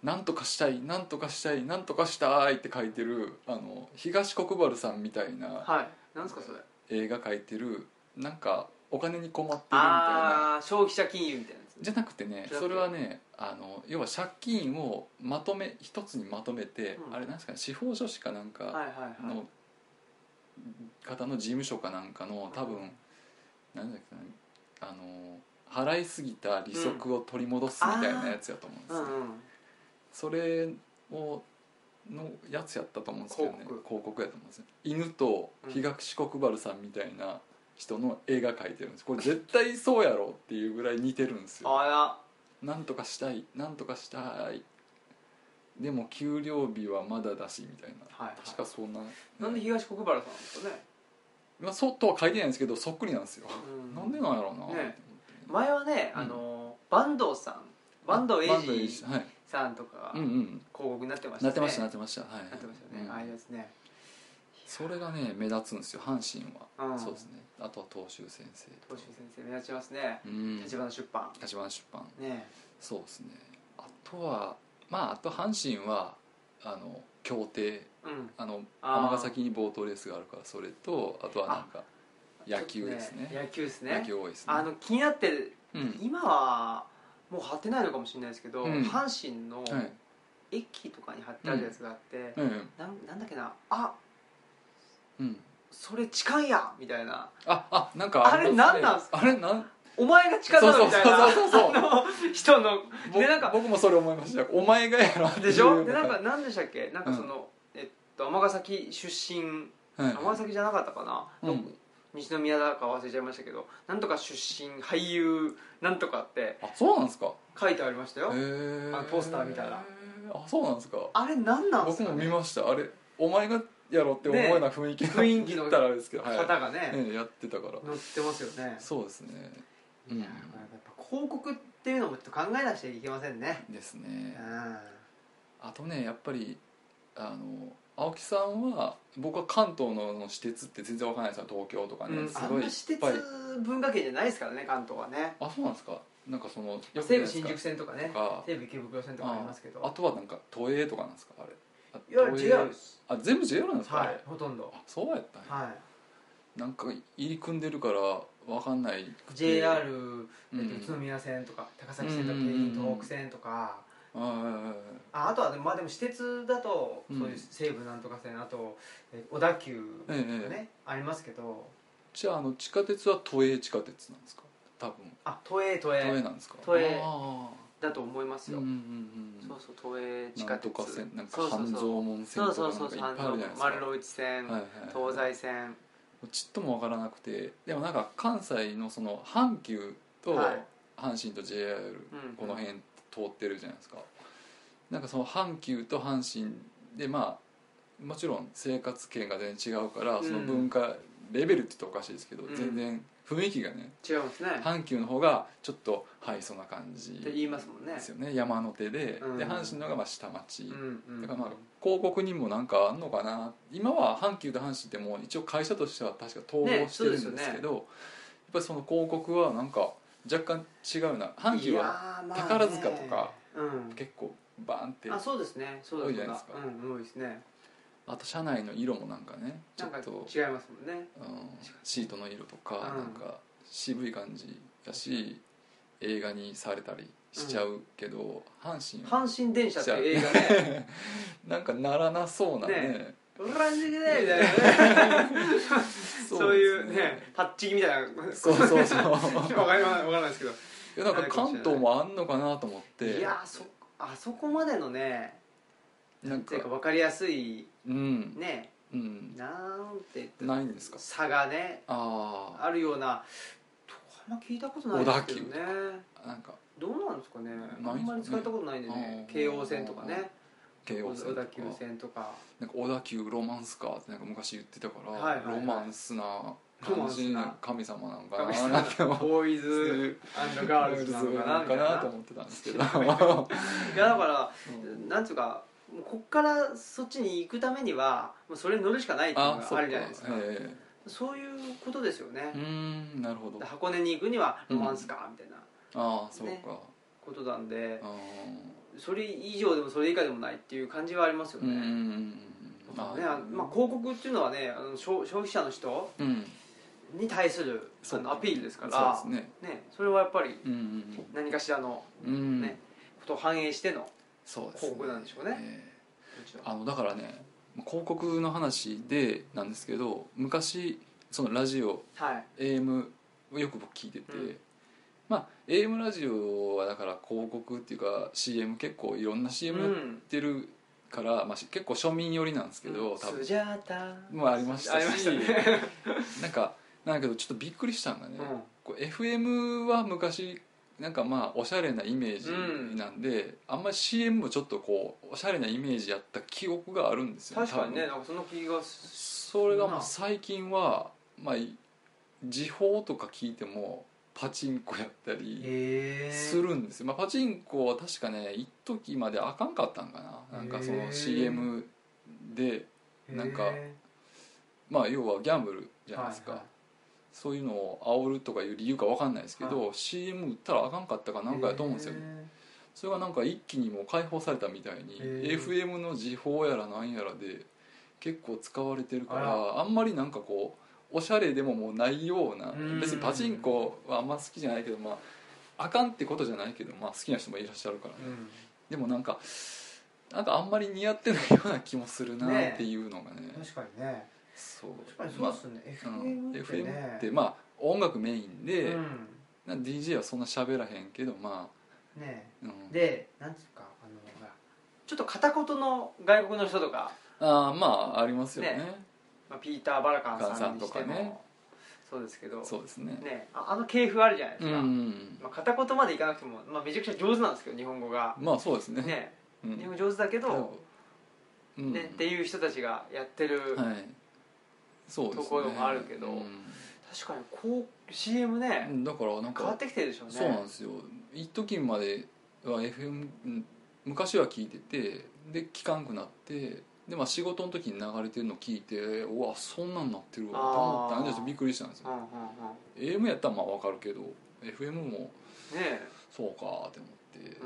[SPEAKER 2] なんとかしたいなんとかしたいなんとかしたいって書いてるあの東国原さんみたいな
[SPEAKER 1] はいなんですかそれ
[SPEAKER 2] 映画書いてるなんかお金に困ってるみたいな
[SPEAKER 1] ああ消費者金融みたいなやつ
[SPEAKER 2] じゃなくてね
[SPEAKER 1] 違う
[SPEAKER 2] それはねあの要は借金をまとめ一つにまとめて、
[SPEAKER 1] うん
[SPEAKER 2] あれなんですかね司法書士かなんか、
[SPEAKER 1] はいはいはい
[SPEAKER 2] の方の事務所かなんかの多分、
[SPEAKER 1] うん
[SPEAKER 2] なんだっけなあの払いすぎた利息を取り戻すみたいなやつやと思うんです
[SPEAKER 1] う
[SPEAKER 2] ね、
[SPEAKER 1] んうん
[SPEAKER 2] それをのやつやったと思うんですけどね
[SPEAKER 1] 広告
[SPEAKER 2] 広告やと思うんですよ犬と
[SPEAKER 1] うん
[SPEAKER 2] 東国原さんみたいな人の映画描いてるんですこれ絶対そうやろっていうぐらい似てるんですよ
[SPEAKER 1] あら
[SPEAKER 2] なんとかしたいなんとかしたいでも給料日はまだだしみたいな、
[SPEAKER 1] はいはい
[SPEAKER 2] 確かそんな、
[SPEAKER 1] なんで東国原さんなんですかね
[SPEAKER 2] まあ、そうとは書いてないんですけどそっくりなんですよ、
[SPEAKER 1] うん
[SPEAKER 2] なんでなんやろうな、
[SPEAKER 1] ね前はね、
[SPEAKER 2] うん
[SPEAKER 1] あの坂東さん坂東
[SPEAKER 2] バン
[SPEAKER 1] 英
[SPEAKER 2] ドエ
[SPEAKER 1] 二
[SPEAKER 2] イジはい
[SPEAKER 1] さんとかが
[SPEAKER 2] うんう
[SPEAKER 1] 広
[SPEAKER 2] ん
[SPEAKER 1] 告になってましたね、
[SPEAKER 2] なってましたなってましたはい
[SPEAKER 1] なってましたよね、
[SPEAKER 2] うん
[SPEAKER 1] ああいうやつね
[SPEAKER 2] それがね目立つんですよ阪神は、
[SPEAKER 1] うん
[SPEAKER 2] そうですねあとは東修先生と
[SPEAKER 1] 東修先生目立ちますね
[SPEAKER 2] うん
[SPEAKER 1] 立花出版
[SPEAKER 2] 立花出版
[SPEAKER 1] ね
[SPEAKER 2] そうですねあとはまああと阪神はあの協定
[SPEAKER 1] うん
[SPEAKER 2] あの
[SPEAKER 1] あー
[SPEAKER 2] 尼崎にボートレースがあるからそれとあとはなんか野球ですね
[SPEAKER 1] ちょっと野球ですね
[SPEAKER 2] 野球多いですね
[SPEAKER 1] あの気になって
[SPEAKER 2] うん
[SPEAKER 1] 今はもう貼ってないのかもしれないですけど、
[SPEAKER 2] うん
[SPEAKER 1] 阪神の
[SPEAKER 2] はい
[SPEAKER 1] 駅とかに貼ってあるやつがあって、
[SPEAKER 2] うん
[SPEAKER 1] なんなんだっけなあ
[SPEAKER 2] うん
[SPEAKER 1] それ痴漢やみたいな
[SPEAKER 2] ああなんかります
[SPEAKER 1] あれなんなんすか
[SPEAKER 2] あれなん
[SPEAKER 1] お前が痴漢だろみたいな
[SPEAKER 2] そうそうそうそうそう
[SPEAKER 1] あの人の
[SPEAKER 2] 僕
[SPEAKER 1] でなんか
[SPEAKER 2] 僕もそれ思いましたお前がやろっていう
[SPEAKER 1] でしょ
[SPEAKER 2] の
[SPEAKER 1] で
[SPEAKER 2] が
[SPEAKER 1] なんか何でしたっけなんかその、えっと尼崎出身
[SPEAKER 2] はい
[SPEAKER 1] 尼崎じゃなかったかな、
[SPEAKER 2] うん
[SPEAKER 1] どこ西宮だか忘れちゃいましたけどなんとか出身俳優なんとかって
[SPEAKER 2] あそうなんですかへ
[SPEAKER 1] 書いてありましたよ、
[SPEAKER 2] え
[SPEAKER 1] あのポスター見たら
[SPEAKER 2] あそうなんですか
[SPEAKER 1] あれ何なんです
[SPEAKER 2] 僕
[SPEAKER 1] か、
[SPEAKER 2] も見
[SPEAKER 1] ね、
[SPEAKER 2] ましたあれお前がやろって思うような雰囲気の
[SPEAKER 1] 雰囲気の
[SPEAKER 2] 言ったらあれですけどはい
[SPEAKER 1] 方がね、
[SPEAKER 2] ええやってたから
[SPEAKER 1] 載ってますよね
[SPEAKER 2] そうですねうん
[SPEAKER 1] いややっぱ広告っていうのもちょっと考えなくちゃいけませんね
[SPEAKER 2] です
[SPEAKER 1] うん
[SPEAKER 2] ねあとねやっぱりあの青木さんは僕は関東のの私鉄って全然わかんないですよ東京とか
[SPEAKER 1] う
[SPEAKER 2] ね
[SPEAKER 1] ん
[SPEAKER 2] す
[SPEAKER 1] あん
[SPEAKER 2] ごい
[SPEAKER 1] ま
[SPEAKER 2] いっ
[SPEAKER 1] 私鉄
[SPEAKER 2] ぱい
[SPEAKER 1] 文化圏じゃないですからね関東はね
[SPEAKER 2] あそうなんですかなんかそのよくな
[SPEAKER 1] 西
[SPEAKER 2] いで
[SPEAKER 1] 武
[SPEAKER 2] す
[SPEAKER 1] 新
[SPEAKER 2] か
[SPEAKER 1] 宿線とかね
[SPEAKER 2] とか
[SPEAKER 1] 西武池袋線とかありますけど
[SPEAKER 2] あとはなんか都営とかなんですかあれあ
[SPEAKER 1] いや
[SPEAKER 2] 都営
[SPEAKER 1] JR です
[SPEAKER 2] あ全部 JR なんですか、
[SPEAKER 1] は
[SPEAKER 2] あ
[SPEAKER 1] い
[SPEAKER 2] れ
[SPEAKER 1] ほとんど
[SPEAKER 2] あそうやったんや
[SPEAKER 1] は
[SPEAKER 2] なんか入り組んでるからわかんない
[SPEAKER 1] い
[SPEAKER 2] くて
[SPEAKER 1] JR
[SPEAKER 2] うん
[SPEAKER 1] えっと宇都宮線とか高崎線とか京
[SPEAKER 2] うん
[SPEAKER 1] 浜東北線とか
[SPEAKER 2] ああ
[SPEAKER 1] ああとはねまあでも私鉄だと
[SPEAKER 2] うん
[SPEAKER 1] そういう西武なんとか線あとえ小田急
[SPEAKER 2] ええええ
[SPEAKER 1] ねありますけど
[SPEAKER 2] じゃああの地下鉄は都営地下鉄なんですか多分
[SPEAKER 1] あ都営都
[SPEAKER 2] 都営
[SPEAKER 1] 営
[SPEAKER 2] なんですか
[SPEAKER 1] 都営
[SPEAKER 2] ああ
[SPEAKER 1] だと思います
[SPEAKER 2] うん
[SPEAKER 1] よ
[SPEAKER 2] うんうん
[SPEAKER 1] そうそう都営地
[SPEAKER 2] な
[SPEAKER 1] 下
[SPEAKER 2] んと
[SPEAKER 1] 鉄
[SPEAKER 2] か線なん
[SPEAKER 1] そ
[SPEAKER 2] か
[SPEAKER 1] うそう
[SPEAKER 2] 半
[SPEAKER 1] そう
[SPEAKER 2] 蔵門
[SPEAKER 1] そ
[SPEAKER 2] 線
[SPEAKER 1] う
[SPEAKER 2] と
[SPEAKER 1] そう
[SPEAKER 2] か
[SPEAKER 1] そ
[SPEAKER 2] なん
[SPEAKER 1] う三
[SPEAKER 2] かいっぱいあるじ
[SPEAKER 1] の
[SPEAKER 2] ゃないですか
[SPEAKER 1] 丸の内線
[SPEAKER 2] はいはい
[SPEAKER 1] 東西線
[SPEAKER 2] ちっともわからなくてでもなんか関西のその阪急と
[SPEAKER 1] はい
[SPEAKER 2] 阪神と JR
[SPEAKER 1] うん
[SPEAKER 2] この辺通ってるじゃないですかなんかその阪急と阪神でまあもちろん生活圏が全然違うから
[SPEAKER 1] うん
[SPEAKER 2] その文化レベルって言ったらおかしいですけど、
[SPEAKER 1] うん
[SPEAKER 2] 全然雰囲気がね
[SPEAKER 1] 違いますね
[SPEAKER 2] 阪急の方がちょっとはいそんな感じ
[SPEAKER 1] って言いますもんね
[SPEAKER 2] ですよね山手で,、
[SPEAKER 1] うん
[SPEAKER 2] で阪神の方がまあ下町、
[SPEAKER 1] うんうん
[SPEAKER 2] だからまあ広告にもなんかあんのかな今は阪急と阪神ってもう一応会社としては確か統合してるんですけ
[SPEAKER 1] ねそうです
[SPEAKER 2] ど、やっぱりその広告はなんか若干違うな阪急
[SPEAKER 1] いや
[SPEAKER 2] は
[SPEAKER 1] ーまあね
[SPEAKER 2] 宝塚とか
[SPEAKER 1] うん
[SPEAKER 2] 結構バーンって
[SPEAKER 1] あそうですねそうだ
[SPEAKER 2] 多
[SPEAKER 1] そ
[SPEAKER 2] いうじゃないで
[SPEAKER 1] だ
[SPEAKER 2] すか
[SPEAKER 1] うん多いですね
[SPEAKER 2] あと車内の色もなんかねち
[SPEAKER 1] な
[SPEAKER 2] ょ
[SPEAKER 1] ん
[SPEAKER 2] っ
[SPEAKER 1] か違い
[SPEAKER 2] と
[SPEAKER 1] ますもんね
[SPEAKER 2] うんシートの色とか
[SPEAKER 1] うん
[SPEAKER 2] なんか渋い感じだし映画にされたりしちゃうけど阪神は
[SPEAKER 1] 阪神電車っていう映画 ね
[SPEAKER 2] なんかならなそうなね
[SPEAKER 1] ねオランジでみたいなねそういう
[SPEAKER 2] です
[SPEAKER 1] ねパッチギみたいな
[SPEAKER 2] そうそうそ う
[SPEAKER 1] わかりまわからないですけど
[SPEAKER 2] いやなんか関東もあんのかなと思って
[SPEAKER 1] いやーそあそこまでのね
[SPEAKER 2] なん
[SPEAKER 1] って
[SPEAKER 2] か
[SPEAKER 1] いうか分かりやすい
[SPEAKER 2] うん
[SPEAKER 1] ね
[SPEAKER 2] うん
[SPEAKER 1] なんて言っ
[SPEAKER 2] ないんです
[SPEAKER 1] た差
[SPEAKER 2] から
[SPEAKER 1] がね
[SPEAKER 2] あ
[SPEAKER 1] あるようなとあんま聞いたことないですけどね
[SPEAKER 2] あなんか
[SPEAKER 1] どうなんですかね
[SPEAKER 2] ね
[SPEAKER 1] あんまり使ったことないんでね
[SPEAKER 2] あー
[SPEAKER 1] 京王線とかね
[SPEAKER 2] 京王
[SPEAKER 1] 小
[SPEAKER 2] 線と
[SPEAKER 1] 田
[SPEAKER 2] か
[SPEAKER 1] 急線とか
[SPEAKER 2] なんか小田急ロマンスカーってなんか昔言ってたから、
[SPEAKER 1] はいはいはい
[SPEAKER 2] ロマンスな感じ
[SPEAKER 1] ロマンス
[SPEAKER 2] の
[SPEAKER 1] な
[SPEAKER 2] 神様なんか
[SPEAKER 1] 神
[SPEAKER 2] な
[SPEAKER 1] 様
[SPEAKER 2] なんて思って
[SPEAKER 1] ボーイズガールズなのかなみたい
[SPEAKER 2] と
[SPEAKER 1] な
[SPEAKER 2] 思ってたんですけどう
[SPEAKER 1] いやだから
[SPEAKER 2] ん
[SPEAKER 1] なんつうかもうこっからそっちに行くためにはもうそれに乗るしかないっていうの が
[SPEAKER 2] あそ
[SPEAKER 1] あ
[SPEAKER 2] う
[SPEAKER 1] るじゃないですか
[SPEAKER 2] え
[SPEAKER 1] そういうことですよね
[SPEAKER 2] えうーんなるほどあ
[SPEAKER 1] 箱根に行くにはロマンスかみたいな
[SPEAKER 2] あそう
[SPEAKER 1] ね
[SPEAKER 2] か、
[SPEAKER 1] ことなんで
[SPEAKER 2] あ
[SPEAKER 1] それ以上でもそれ以下でもないっていう感じはあります
[SPEAKER 2] ー
[SPEAKER 1] よ
[SPEAKER 2] うんうんうん
[SPEAKER 1] ね
[SPEAKER 2] うん
[SPEAKER 1] まあねあのまあ、広告っていうのはねあの消消費者の人
[SPEAKER 2] うん
[SPEAKER 1] に対するあ
[SPEAKER 2] そう
[SPEAKER 1] のアピールですから
[SPEAKER 2] そうですね
[SPEAKER 1] ね、それはやっぱり
[SPEAKER 2] うん
[SPEAKER 1] 何かしらの
[SPEAKER 2] うんうん
[SPEAKER 1] ねことを反映しての
[SPEAKER 2] そうです
[SPEAKER 1] 広告なんでしょうね
[SPEAKER 2] ええ
[SPEAKER 1] もちろん
[SPEAKER 2] あのだからね広告の話でなんですけど昔そのラジオ
[SPEAKER 1] はい、
[SPEAKER 2] AM をよく僕聞いてて、
[SPEAKER 1] うん
[SPEAKER 2] まあ AM ラジオはだから広告っていうか CM 結構いろんな CM やってるから、まあ、し結構庶民寄りなんですけど、
[SPEAKER 1] うん
[SPEAKER 2] 多
[SPEAKER 1] ス
[SPEAKER 2] 分
[SPEAKER 1] ジャータ
[SPEAKER 2] もありましたし
[SPEAKER 1] ありましたね、
[SPEAKER 2] なんかなんだけどちょっとびっくりしたんがね、
[SPEAKER 1] うん
[SPEAKER 2] こう FM は昔なんかまあおしゃれなイメージなんで、あんまり CM もちょっとこうおしゃれなイメージやった記憶があるんですよ
[SPEAKER 1] 確かに
[SPEAKER 2] 多
[SPEAKER 1] ね
[SPEAKER 2] 分
[SPEAKER 1] なんかその気がす
[SPEAKER 2] それがもう最近は、まあ、い時報とか聞いてもパチンコやったり
[SPEAKER 1] へ
[SPEAKER 2] するんですよ、まあ、パチンコは確かね一時まであかんかったんかななんかそ
[SPEAKER 1] へ
[SPEAKER 2] の
[SPEAKER 1] ー
[SPEAKER 2] CM で、なんかまあ、要はギャンブルじゃないですか、
[SPEAKER 1] はいはい
[SPEAKER 2] そういうのを煽るとかいう理由か分かんないですけど、CM 売ったらあかんかったかなんかやと思うんですよ、それがなんか一気にもう解放されたみたいに、
[SPEAKER 1] へー
[SPEAKER 2] FM の時報やらなんやらで結構使われてるから
[SPEAKER 1] あ
[SPEAKER 2] あんまりなんかこうおしゃれでももうないような
[SPEAKER 1] うん
[SPEAKER 2] 別にパチンコはあんま好きじゃないけどまああかんってことじゃないけど、まあ、好きな人もいらっしゃるから、ね、でもなんかなんかあんまり似合ってないような気もするなっていうのがね
[SPEAKER 1] 確かにね
[SPEAKER 2] そう
[SPEAKER 1] 確かにそ
[SPEAKER 2] ま
[SPEAKER 1] う
[SPEAKER 2] あ
[SPEAKER 1] ですね、
[SPEAKER 2] うん、
[SPEAKER 1] FM ってね
[SPEAKER 2] FM ってまあ音楽メインで、
[SPEAKER 1] う
[SPEAKER 2] なんか DJ はそんな喋らへんけどま
[SPEAKER 1] んね
[SPEAKER 2] あ、うん、
[SPEAKER 1] でなんつうかあのほらちょっと片言の外国の人とか、
[SPEAKER 2] あーまあありますよね
[SPEAKER 1] ねまあ、ピーター・バラカンさんにしても
[SPEAKER 2] バラカンさんとかね
[SPEAKER 1] そうですけど
[SPEAKER 2] そうですね
[SPEAKER 1] ねああの系譜あるじゃないで
[SPEAKER 2] う
[SPEAKER 1] すか、
[SPEAKER 2] ん
[SPEAKER 1] まあ、片言までいかなくても、まあ、めちゃくちゃ上手なんですけど日本語が
[SPEAKER 2] まあそうですね
[SPEAKER 1] ね
[SPEAKER 2] うん
[SPEAKER 1] 日本語上手だけど、
[SPEAKER 2] うん
[SPEAKER 1] ねっていう人たちがやってる、
[SPEAKER 2] はいそうですね
[SPEAKER 1] ところもあるけど
[SPEAKER 2] う
[SPEAKER 1] 確かにこう CM ね、
[SPEAKER 2] んだからなん
[SPEAKER 1] 変わ
[SPEAKER 2] か
[SPEAKER 1] ってきてるでしょうね
[SPEAKER 2] そうなんですよ一時までは FM うん昔は聞いててで聞かんくなってでまあ仕事の時に流れてるの聞いてうわそんなんなってるわと思ったんで
[SPEAKER 1] あー
[SPEAKER 2] ちょっとびっくりしたんです
[SPEAKER 1] う
[SPEAKER 2] よ
[SPEAKER 1] んうんうん
[SPEAKER 2] AM やったらまあわかるけど FM も
[SPEAKER 1] ねえ
[SPEAKER 2] そうかって思って、
[SPEAKER 1] う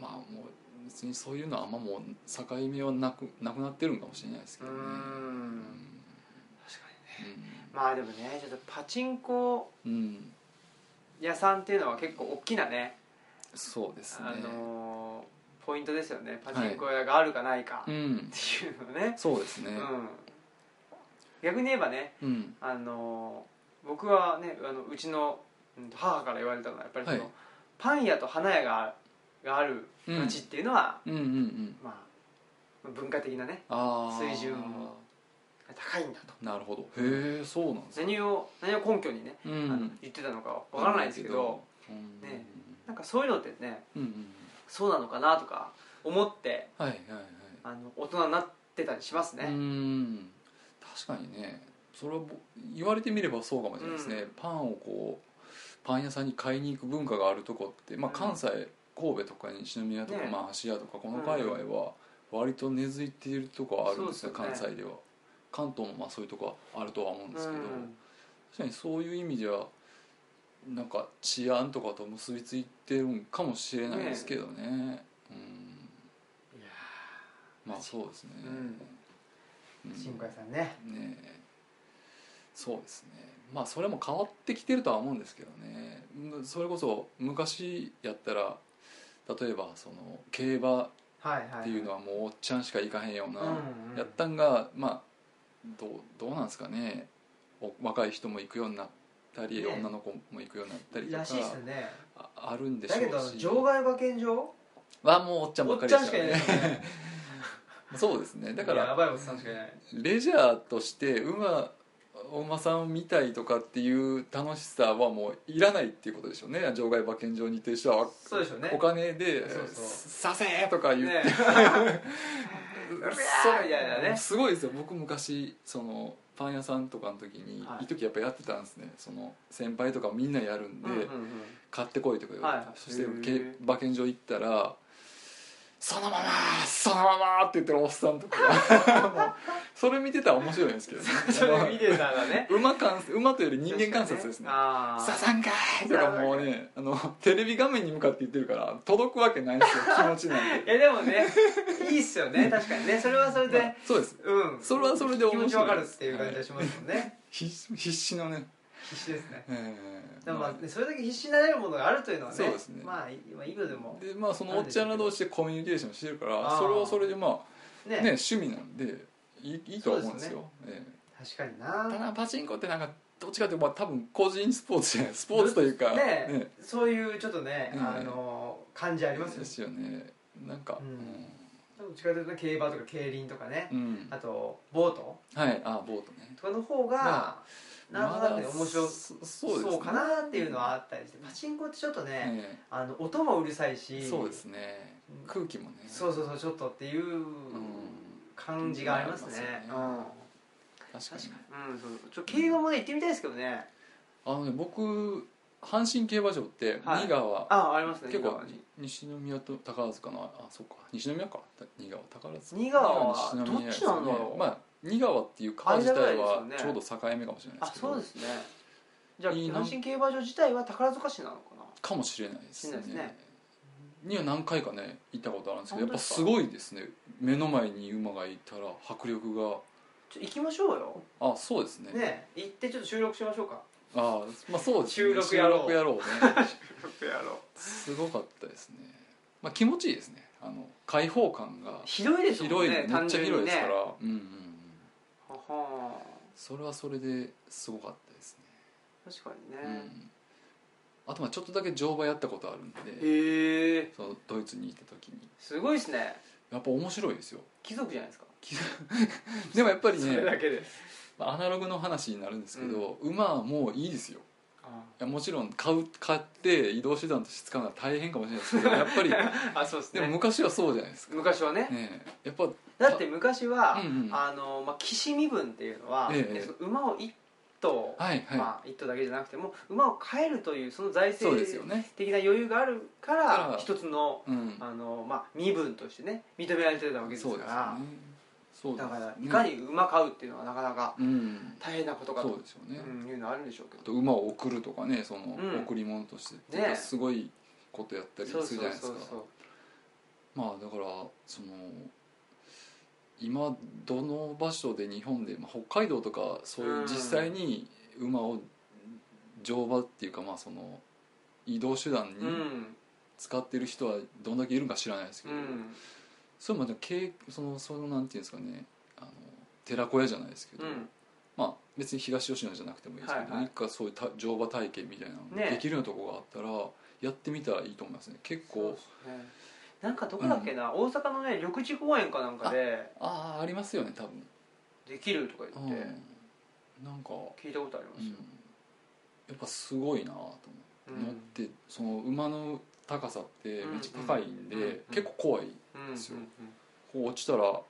[SPEAKER 2] まあもう別にそういうのはあんまもう境目はなくなくなってるんかもしれないですけ
[SPEAKER 1] ん
[SPEAKER 2] どねうん
[SPEAKER 1] ん確かにねまあでもねちょっとパチンコ
[SPEAKER 2] うん、うん
[SPEAKER 1] 屋さんっていうのは結構大きなね
[SPEAKER 2] そうですね
[SPEAKER 1] あのーポイントですよねパチンコ屋があるかないかっ
[SPEAKER 2] う
[SPEAKER 1] て
[SPEAKER 2] ん
[SPEAKER 1] いうのね、
[SPEAKER 2] そうですね
[SPEAKER 1] うん逆に言えばね
[SPEAKER 2] うん
[SPEAKER 1] あのー僕はねあのうちのうん母から言われたのはやっぱりその、
[SPEAKER 2] はい
[SPEAKER 1] パン屋と花屋ががある
[SPEAKER 2] うん
[SPEAKER 1] 街っていうのは、
[SPEAKER 2] うんうんうん
[SPEAKER 1] まあ文化的なね
[SPEAKER 2] ああ
[SPEAKER 1] 水準も高いんだと
[SPEAKER 2] なるほどへえそうなんですね
[SPEAKER 1] 何を何を根拠にね、
[SPEAKER 2] う
[SPEAKER 1] あの
[SPEAKER 2] ん
[SPEAKER 1] 言ってたのかわからないですけど
[SPEAKER 2] うん
[SPEAKER 1] ねなんかそういうのってね
[SPEAKER 2] うんうん
[SPEAKER 1] そうなのかなとか思って
[SPEAKER 2] はいはいはい
[SPEAKER 1] あの大人になってたりしますね、
[SPEAKER 2] うん確かにねそれはぼ言われてみればそうかもしれないですね、
[SPEAKER 1] うん
[SPEAKER 2] パンをこうパン屋さんに買いに行く文化があるとこって、まあ、
[SPEAKER 1] うん
[SPEAKER 2] 関西、神戸とか西宮とか、
[SPEAKER 1] ね
[SPEAKER 2] まあ、芦屋とかこの界隈は割と根付いているとこはあるんですよ、
[SPEAKER 1] そうですよ
[SPEAKER 2] 関西では関東もまあそういうとこはあるとは思うんですけど、
[SPEAKER 1] うん
[SPEAKER 2] 確かにそういう意味ではなんか治安とかと結びついてるんかもしれないですけどねうん
[SPEAKER 1] いや
[SPEAKER 2] まあそうですね、う
[SPEAKER 3] 新
[SPEAKER 2] ん
[SPEAKER 3] 海さんね
[SPEAKER 2] ねえそうですねまあそれも変わってきてるとは思うんですけどねうんそれこそ昔やったら例えばその競馬っ
[SPEAKER 3] はいはい
[SPEAKER 2] ていうのはもうおっちゃんしか行かへんような、
[SPEAKER 3] うんうん
[SPEAKER 2] やったんがまあどうどうなんですかねお若い人も行くようになったり、
[SPEAKER 3] ね
[SPEAKER 2] 女の子も行くようになったりと
[SPEAKER 3] ら
[SPEAKER 2] か
[SPEAKER 3] しいっすね
[SPEAKER 2] ああるんでしょ
[SPEAKER 3] だけど
[SPEAKER 2] うし
[SPEAKER 3] 場外馬券場
[SPEAKER 2] はもうおっちゃん
[SPEAKER 3] お
[SPEAKER 2] ばっ
[SPEAKER 3] っ
[SPEAKER 2] かり
[SPEAKER 3] ちゃんしかいない
[SPEAKER 2] ね
[SPEAKER 3] ですね
[SPEAKER 2] そうですねだか
[SPEAKER 3] や
[SPEAKER 2] ら
[SPEAKER 3] ばいおっさんしかいない
[SPEAKER 2] レジャーとして馬お馬さんを見たいとかっていう楽しさはもういらないっていうことでしょうね場外馬券場に行ってる人は
[SPEAKER 3] そうでしょうね
[SPEAKER 2] お金で
[SPEAKER 3] そう
[SPEAKER 2] 「
[SPEAKER 3] そう
[SPEAKER 2] させ!」とか言って
[SPEAKER 1] ね
[SPEAKER 2] う
[SPEAKER 1] うわ
[SPEAKER 2] っ
[SPEAKER 1] ー
[SPEAKER 2] そ
[SPEAKER 1] みたいなね
[SPEAKER 2] すごいですよ僕昔そのパン屋さんとかの時に、
[SPEAKER 1] はい
[SPEAKER 2] い、い時やっぱやってたんですねその先輩とかみんなやるんで、
[SPEAKER 1] うんうんうん
[SPEAKER 2] 買ってこいとか言われて、
[SPEAKER 1] はい
[SPEAKER 2] そして
[SPEAKER 1] へー
[SPEAKER 2] け馬券場行ったら「そのままそのまま!」って言ってるおっさんとか もうそれ見てたら面白いんですけどね
[SPEAKER 1] それ見てたらね
[SPEAKER 2] 馬観馬というより人間観察ですね
[SPEAKER 1] あ
[SPEAKER 2] サ
[SPEAKER 1] あ
[SPEAKER 2] ザンかーいとかもうねあのテレビ画面に向かって言ってるから届くわけないんですよ気持ちなんて
[SPEAKER 1] いやでもねいいっすよね確か にねそれはそれ
[SPEAKER 2] まあ
[SPEAKER 1] で
[SPEAKER 2] そうです
[SPEAKER 1] うん
[SPEAKER 2] それはそれで面
[SPEAKER 3] 気
[SPEAKER 2] 白い
[SPEAKER 3] 持ちわかるっていう感じがしますもんね、
[SPEAKER 2] 必必死のね、
[SPEAKER 3] 必死ですね
[SPEAKER 2] えー
[SPEAKER 3] でもまあ
[SPEAKER 2] まあ
[SPEAKER 3] それだけ必死になれるものがあるというのはね
[SPEAKER 2] そうですね
[SPEAKER 3] まあいいまあいいのでも
[SPEAKER 2] でまあそのおっちゃんら同士でコミュニケーションしてるから
[SPEAKER 3] あー
[SPEAKER 2] それはそれでまあ
[SPEAKER 3] ね
[SPEAKER 2] ね趣味なんでいいいいとは思うんですよえ
[SPEAKER 3] 確かに
[SPEAKER 2] えた
[SPEAKER 3] な
[SPEAKER 2] だパチンコってなんかどっちかっていうとまあ多分個人スポーツじゃ ないスポーツというか
[SPEAKER 3] ねそういうちょっとね、
[SPEAKER 2] うん
[SPEAKER 3] あの感じありますよ
[SPEAKER 2] で
[SPEAKER 3] ね
[SPEAKER 2] すよねなんか
[SPEAKER 3] うんどっちかというとね競馬とか競輪とかね、
[SPEAKER 2] うん、うん
[SPEAKER 3] あとボート
[SPEAKER 2] はいあボートね
[SPEAKER 3] とかの方が
[SPEAKER 2] ま
[SPEAKER 3] なんとなくね面白そ
[SPEAKER 2] そそうですね
[SPEAKER 3] うかなっていうのはあったりしてパチンコってちょっとね、
[SPEAKER 2] え
[SPEAKER 3] あの音もうるさい
[SPEAKER 2] え
[SPEAKER 3] し
[SPEAKER 2] そうですね
[SPEAKER 3] うん
[SPEAKER 2] 空気もね
[SPEAKER 3] そうそうそうちょっとっていう
[SPEAKER 2] うん
[SPEAKER 3] 感じがありますね,、
[SPEAKER 2] う
[SPEAKER 3] うんん確か
[SPEAKER 2] 確かに
[SPEAKER 1] うんそうちょっと競馬もね行ってみたいですけどね
[SPEAKER 2] あのね僕阪神競馬場って
[SPEAKER 1] はい
[SPEAKER 2] 新川
[SPEAKER 1] ああありますね
[SPEAKER 2] 結構
[SPEAKER 1] 新川に
[SPEAKER 2] 西宮と宝塚のあそっか西宮か新川宝塚
[SPEAKER 1] 新川は
[SPEAKER 2] 新宮ですね
[SPEAKER 1] どっちなんだろう
[SPEAKER 2] まあ新川っていう川自体は
[SPEAKER 1] 間ぐらいです
[SPEAKER 2] ち
[SPEAKER 1] よ
[SPEAKER 2] ょう
[SPEAKER 1] ね
[SPEAKER 2] ど境目かもしれない
[SPEAKER 1] あ
[SPEAKER 2] ですけど
[SPEAKER 1] そうですねじゃあ
[SPEAKER 2] いいな
[SPEAKER 1] 阪神競馬場自体は宝塚市なのかな
[SPEAKER 2] かもしれないです
[SPEAKER 1] しれ
[SPEAKER 2] ね
[SPEAKER 1] ないですね
[SPEAKER 2] には何回かね行ったことあるんですけどや
[SPEAKER 1] 本当で
[SPEAKER 2] っぱ
[SPEAKER 1] す
[SPEAKER 2] す
[SPEAKER 1] か
[SPEAKER 2] ごいですね目の前に馬がいたら迫力が
[SPEAKER 1] ちょ行きましょうよ
[SPEAKER 2] あそうですね
[SPEAKER 1] ね行ってちょっと収録しましょうか
[SPEAKER 2] あーまあそうですね
[SPEAKER 1] 収録やろう
[SPEAKER 2] 収録やろうね
[SPEAKER 1] 収録やろう
[SPEAKER 2] すごかったですねまあ気持ちいいですねあの開放感が
[SPEAKER 1] 広いですもん
[SPEAKER 2] 広い、
[SPEAKER 1] ね
[SPEAKER 2] めっちゃ広いですから、
[SPEAKER 1] は
[SPEAKER 2] うんうんうん
[SPEAKER 1] は
[SPEAKER 2] それはそれですごかったです
[SPEAKER 1] ー確かに
[SPEAKER 2] ね、
[SPEAKER 1] ね、
[SPEAKER 2] うん、あとまあちょっとだけ乗馬やったことあるんで
[SPEAKER 1] へえ
[SPEAKER 2] そのドイツに行った時に
[SPEAKER 1] すごいですね
[SPEAKER 2] やっぱ面白いですよ
[SPEAKER 1] 貴族じゃないですか
[SPEAKER 2] でもやっぱり
[SPEAKER 1] それ
[SPEAKER 2] ね
[SPEAKER 1] だけで
[SPEAKER 2] まあアナログの話になるんですけど、馬はもういいですよ
[SPEAKER 1] あ
[SPEAKER 2] いやもちろん買う買って移動手段として使うのは大変かもしれないですけ どやっぱり
[SPEAKER 1] あそうです
[SPEAKER 2] でも
[SPEAKER 1] ね
[SPEAKER 2] 昔はそうじゃないですか、
[SPEAKER 1] 昔はね
[SPEAKER 2] ねえ、やっぱ
[SPEAKER 1] だって昔は、
[SPEAKER 2] うんうん
[SPEAKER 1] あのまあ、岸身分っていうのは、
[SPEAKER 2] ええ
[SPEAKER 1] その馬を一頭、
[SPEAKER 2] はいはい、
[SPEAKER 1] まあ、一頭だけじゃなくても馬を飼えるというその財
[SPEAKER 2] そう
[SPEAKER 1] 政
[SPEAKER 2] ですよね、
[SPEAKER 1] 的な余裕があるか
[SPEAKER 2] だから
[SPEAKER 1] ら一つの
[SPEAKER 2] うん、
[SPEAKER 1] あの、まあ、身分としてね認められてたわけです
[SPEAKER 2] そ
[SPEAKER 1] か
[SPEAKER 2] うです
[SPEAKER 1] ら
[SPEAKER 2] よねそうです
[SPEAKER 1] だ
[SPEAKER 2] ね
[SPEAKER 1] からいかに馬飼うっていうのはなかなか
[SPEAKER 2] うん
[SPEAKER 1] 大変なことか
[SPEAKER 2] そう
[SPEAKER 1] と、
[SPEAKER 2] ですよね、
[SPEAKER 1] うん、いうのはあるんでしょうけ
[SPEAKER 2] あ
[SPEAKER 1] ど
[SPEAKER 2] と馬を送るとかねその、
[SPEAKER 1] うん
[SPEAKER 2] 贈り物として、
[SPEAKER 1] ね
[SPEAKER 2] すごいことやったりす
[SPEAKER 1] そ
[SPEAKER 2] る
[SPEAKER 1] うそ
[SPEAKER 2] じゃ
[SPEAKER 1] う
[SPEAKER 2] ないですか
[SPEAKER 1] そうそ
[SPEAKER 2] まあだからその今どの場所で日本で、まあ、北海道とかそういう
[SPEAKER 1] うん
[SPEAKER 2] 実際に馬を乗馬っていうかまあその移動手
[SPEAKER 1] う
[SPEAKER 2] 段
[SPEAKER 1] う
[SPEAKER 2] に
[SPEAKER 1] ん
[SPEAKER 2] 使ってる人はどんだけいるんか知らないですけ
[SPEAKER 1] う
[SPEAKER 2] ど、
[SPEAKER 1] ん
[SPEAKER 2] それもでも経そのそのなんていうんですかねあの寺子屋じゃないですけど、
[SPEAKER 1] うん
[SPEAKER 2] まあ、別に東吉野じゃなくてもいいですけど、
[SPEAKER 1] はいはい
[SPEAKER 2] 何かそういうた乗馬体験みたいなのが
[SPEAKER 1] ね
[SPEAKER 2] できるようなとこがあったらやってみたらいいと思いますね結
[SPEAKER 1] そう
[SPEAKER 2] 構
[SPEAKER 1] ですねなんかどこだっけな、大阪のね緑地公園かなんかで
[SPEAKER 2] ああありますよね多分、
[SPEAKER 1] できるとか
[SPEAKER 2] う
[SPEAKER 1] 言って
[SPEAKER 2] ん、なんか、
[SPEAKER 1] 聞いたことありま
[SPEAKER 2] うん
[SPEAKER 1] すよ、
[SPEAKER 2] やっぱすごいなと思う、
[SPEAKER 1] うん
[SPEAKER 2] 乗ってその馬の高さってめっちゃ高いんで、
[SPEAKER 1] うんうんうん
[SPEAKER 2] 結構怖い
[SPEAKER 1] うんうんうん
[SPEAKER 2] ですよこう落ちたらこ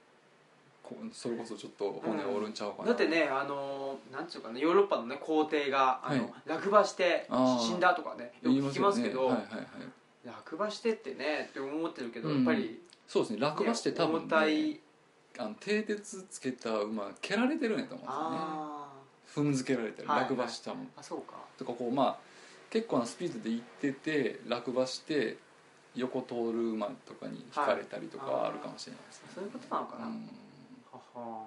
[SPEAKER 2] それこそちょっと骨折るんちゃうかな、
[SPEAKER 1] だってねあのなんていうかねヨーロッパのね皇帝があの、
[SPEAKER 2] はい
[SPEAKER 1] 落馬して
[SPEAKER 2] あー
[SPEAKER 1] 死んだとかねよ
[SPEAKER 2] 言
[SPEAKER 1] く
[SPEAKER 2] い
[SPEAKER 1] 聞きますけど
[SPEAKER 2] よねはいはいはい、
[SPEAKER 1] 落馬してってねって思ってるけど、
[SPEAKER 2] うん
[SPEAKER 1] やっぱり
[SPEAKER 2] そうですね落馬して多分、ね、
[SPEAKER 1] 重たい
[SPEAKER 2] あの蹄鉄つけた馬蹴られてるんやと思うん
[SPEAKER 1] あ
[SPEAKER 2] ですよね踏んづけられてる
[SPEAKER 1] はい
[SPEAKER 2] 落馬したもん、
[SPEAKER 1] ーあそうか
[SPEAKER 2] とかこうまあ結構なスピードで行ってて落馬して横通る馬とかに引かれたりとかはあるかもしれないですね、
[SPEAKER 1] そういうことなのかな、はは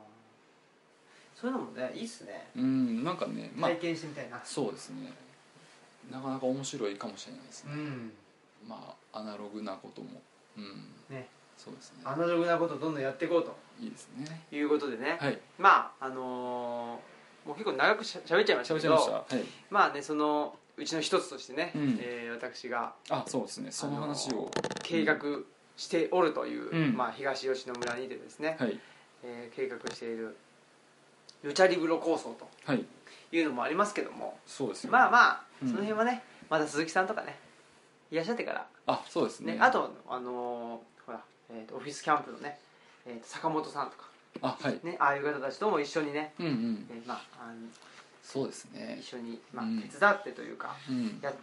[SPEAKER 3] そういうのもねいいっすね
[SPEAKER 2] うん、うん、なんかねまあ
[SPEAKER 3] 体験してみたいな
[SPEAKER 2] そうですねなかなか面白いかもしれないです
[SPEAKER 3] う
[SPEAKER 2] ね、
[SPEAKER 3] ん
[SPEAKER 2] まあアナログなこともうん
[SPEAKER 3] ね
[SPEAKER 2] そうですね
[SPEAKER 3] アナログなことをどんどんやっていこうと
[SPEAKER 2] いいですね
[SPEAKER 1] いうことでね、
[SPEAKER 2] はい
[SPEAKER 1] まああのーもう結構長くしゃ喋っちゃいました
[SPEAKER 2] 喋っ
[SPEAKER 1] け
[SPEAKER 2] ち
[SPEAKER 1] ど
[SPEAKER 2] ゃいましたはい
[SPEAKER 1] まあねそのうちの一つとしてね、
[SPEAKER 2] うん
[SPEAKER 1] えー私が
[SPEAKER 2] あそうですねその話を
[SPEAKER 1] 計画しておるという、
[SPEAKER 2] うん
[SPEAKER 1] まあ、東吉野村にてですね、
[SPEAKER 2] はい
[SPEAKER 1] えー計画しているルチャリブロ構想と
[SPEAKER 2] はい
[SPEAKER 1] いうのもありますけども
[SPEAKER 2] そうですよ
[SPEAKER 1] まあまあ
[SPEAKER 2] う
[SPEAKER 1] そ
[SPEAKER 2] ん
[SPEAKER 1] の辺はね、まだ鈴木さんとかねいらっしゃってから、
[SPEAKER 2] あそうです
[SPEAKER 1] ね
[SPEAKER 2] ね
[SPEAKER 1] あとあのーほら、えーとオフィスキャンプのね、えーと坂本さんとか、
[SPEAKER 2] あはい
[SPEAKER 1] ね、ああいう方たちとも一緒にね、
[SPEAKER 2] うんうん
[SPEAKER 1] えーまあ、あの
[SPEAKER 2] そうですね
[SPEAKER 1] 一緒に、まあ
[SPEAKER 2] うん、
[SPEAKER 1] 手伝ってというか、
[SPEAKER 2] うん
[SPEAKER 1] や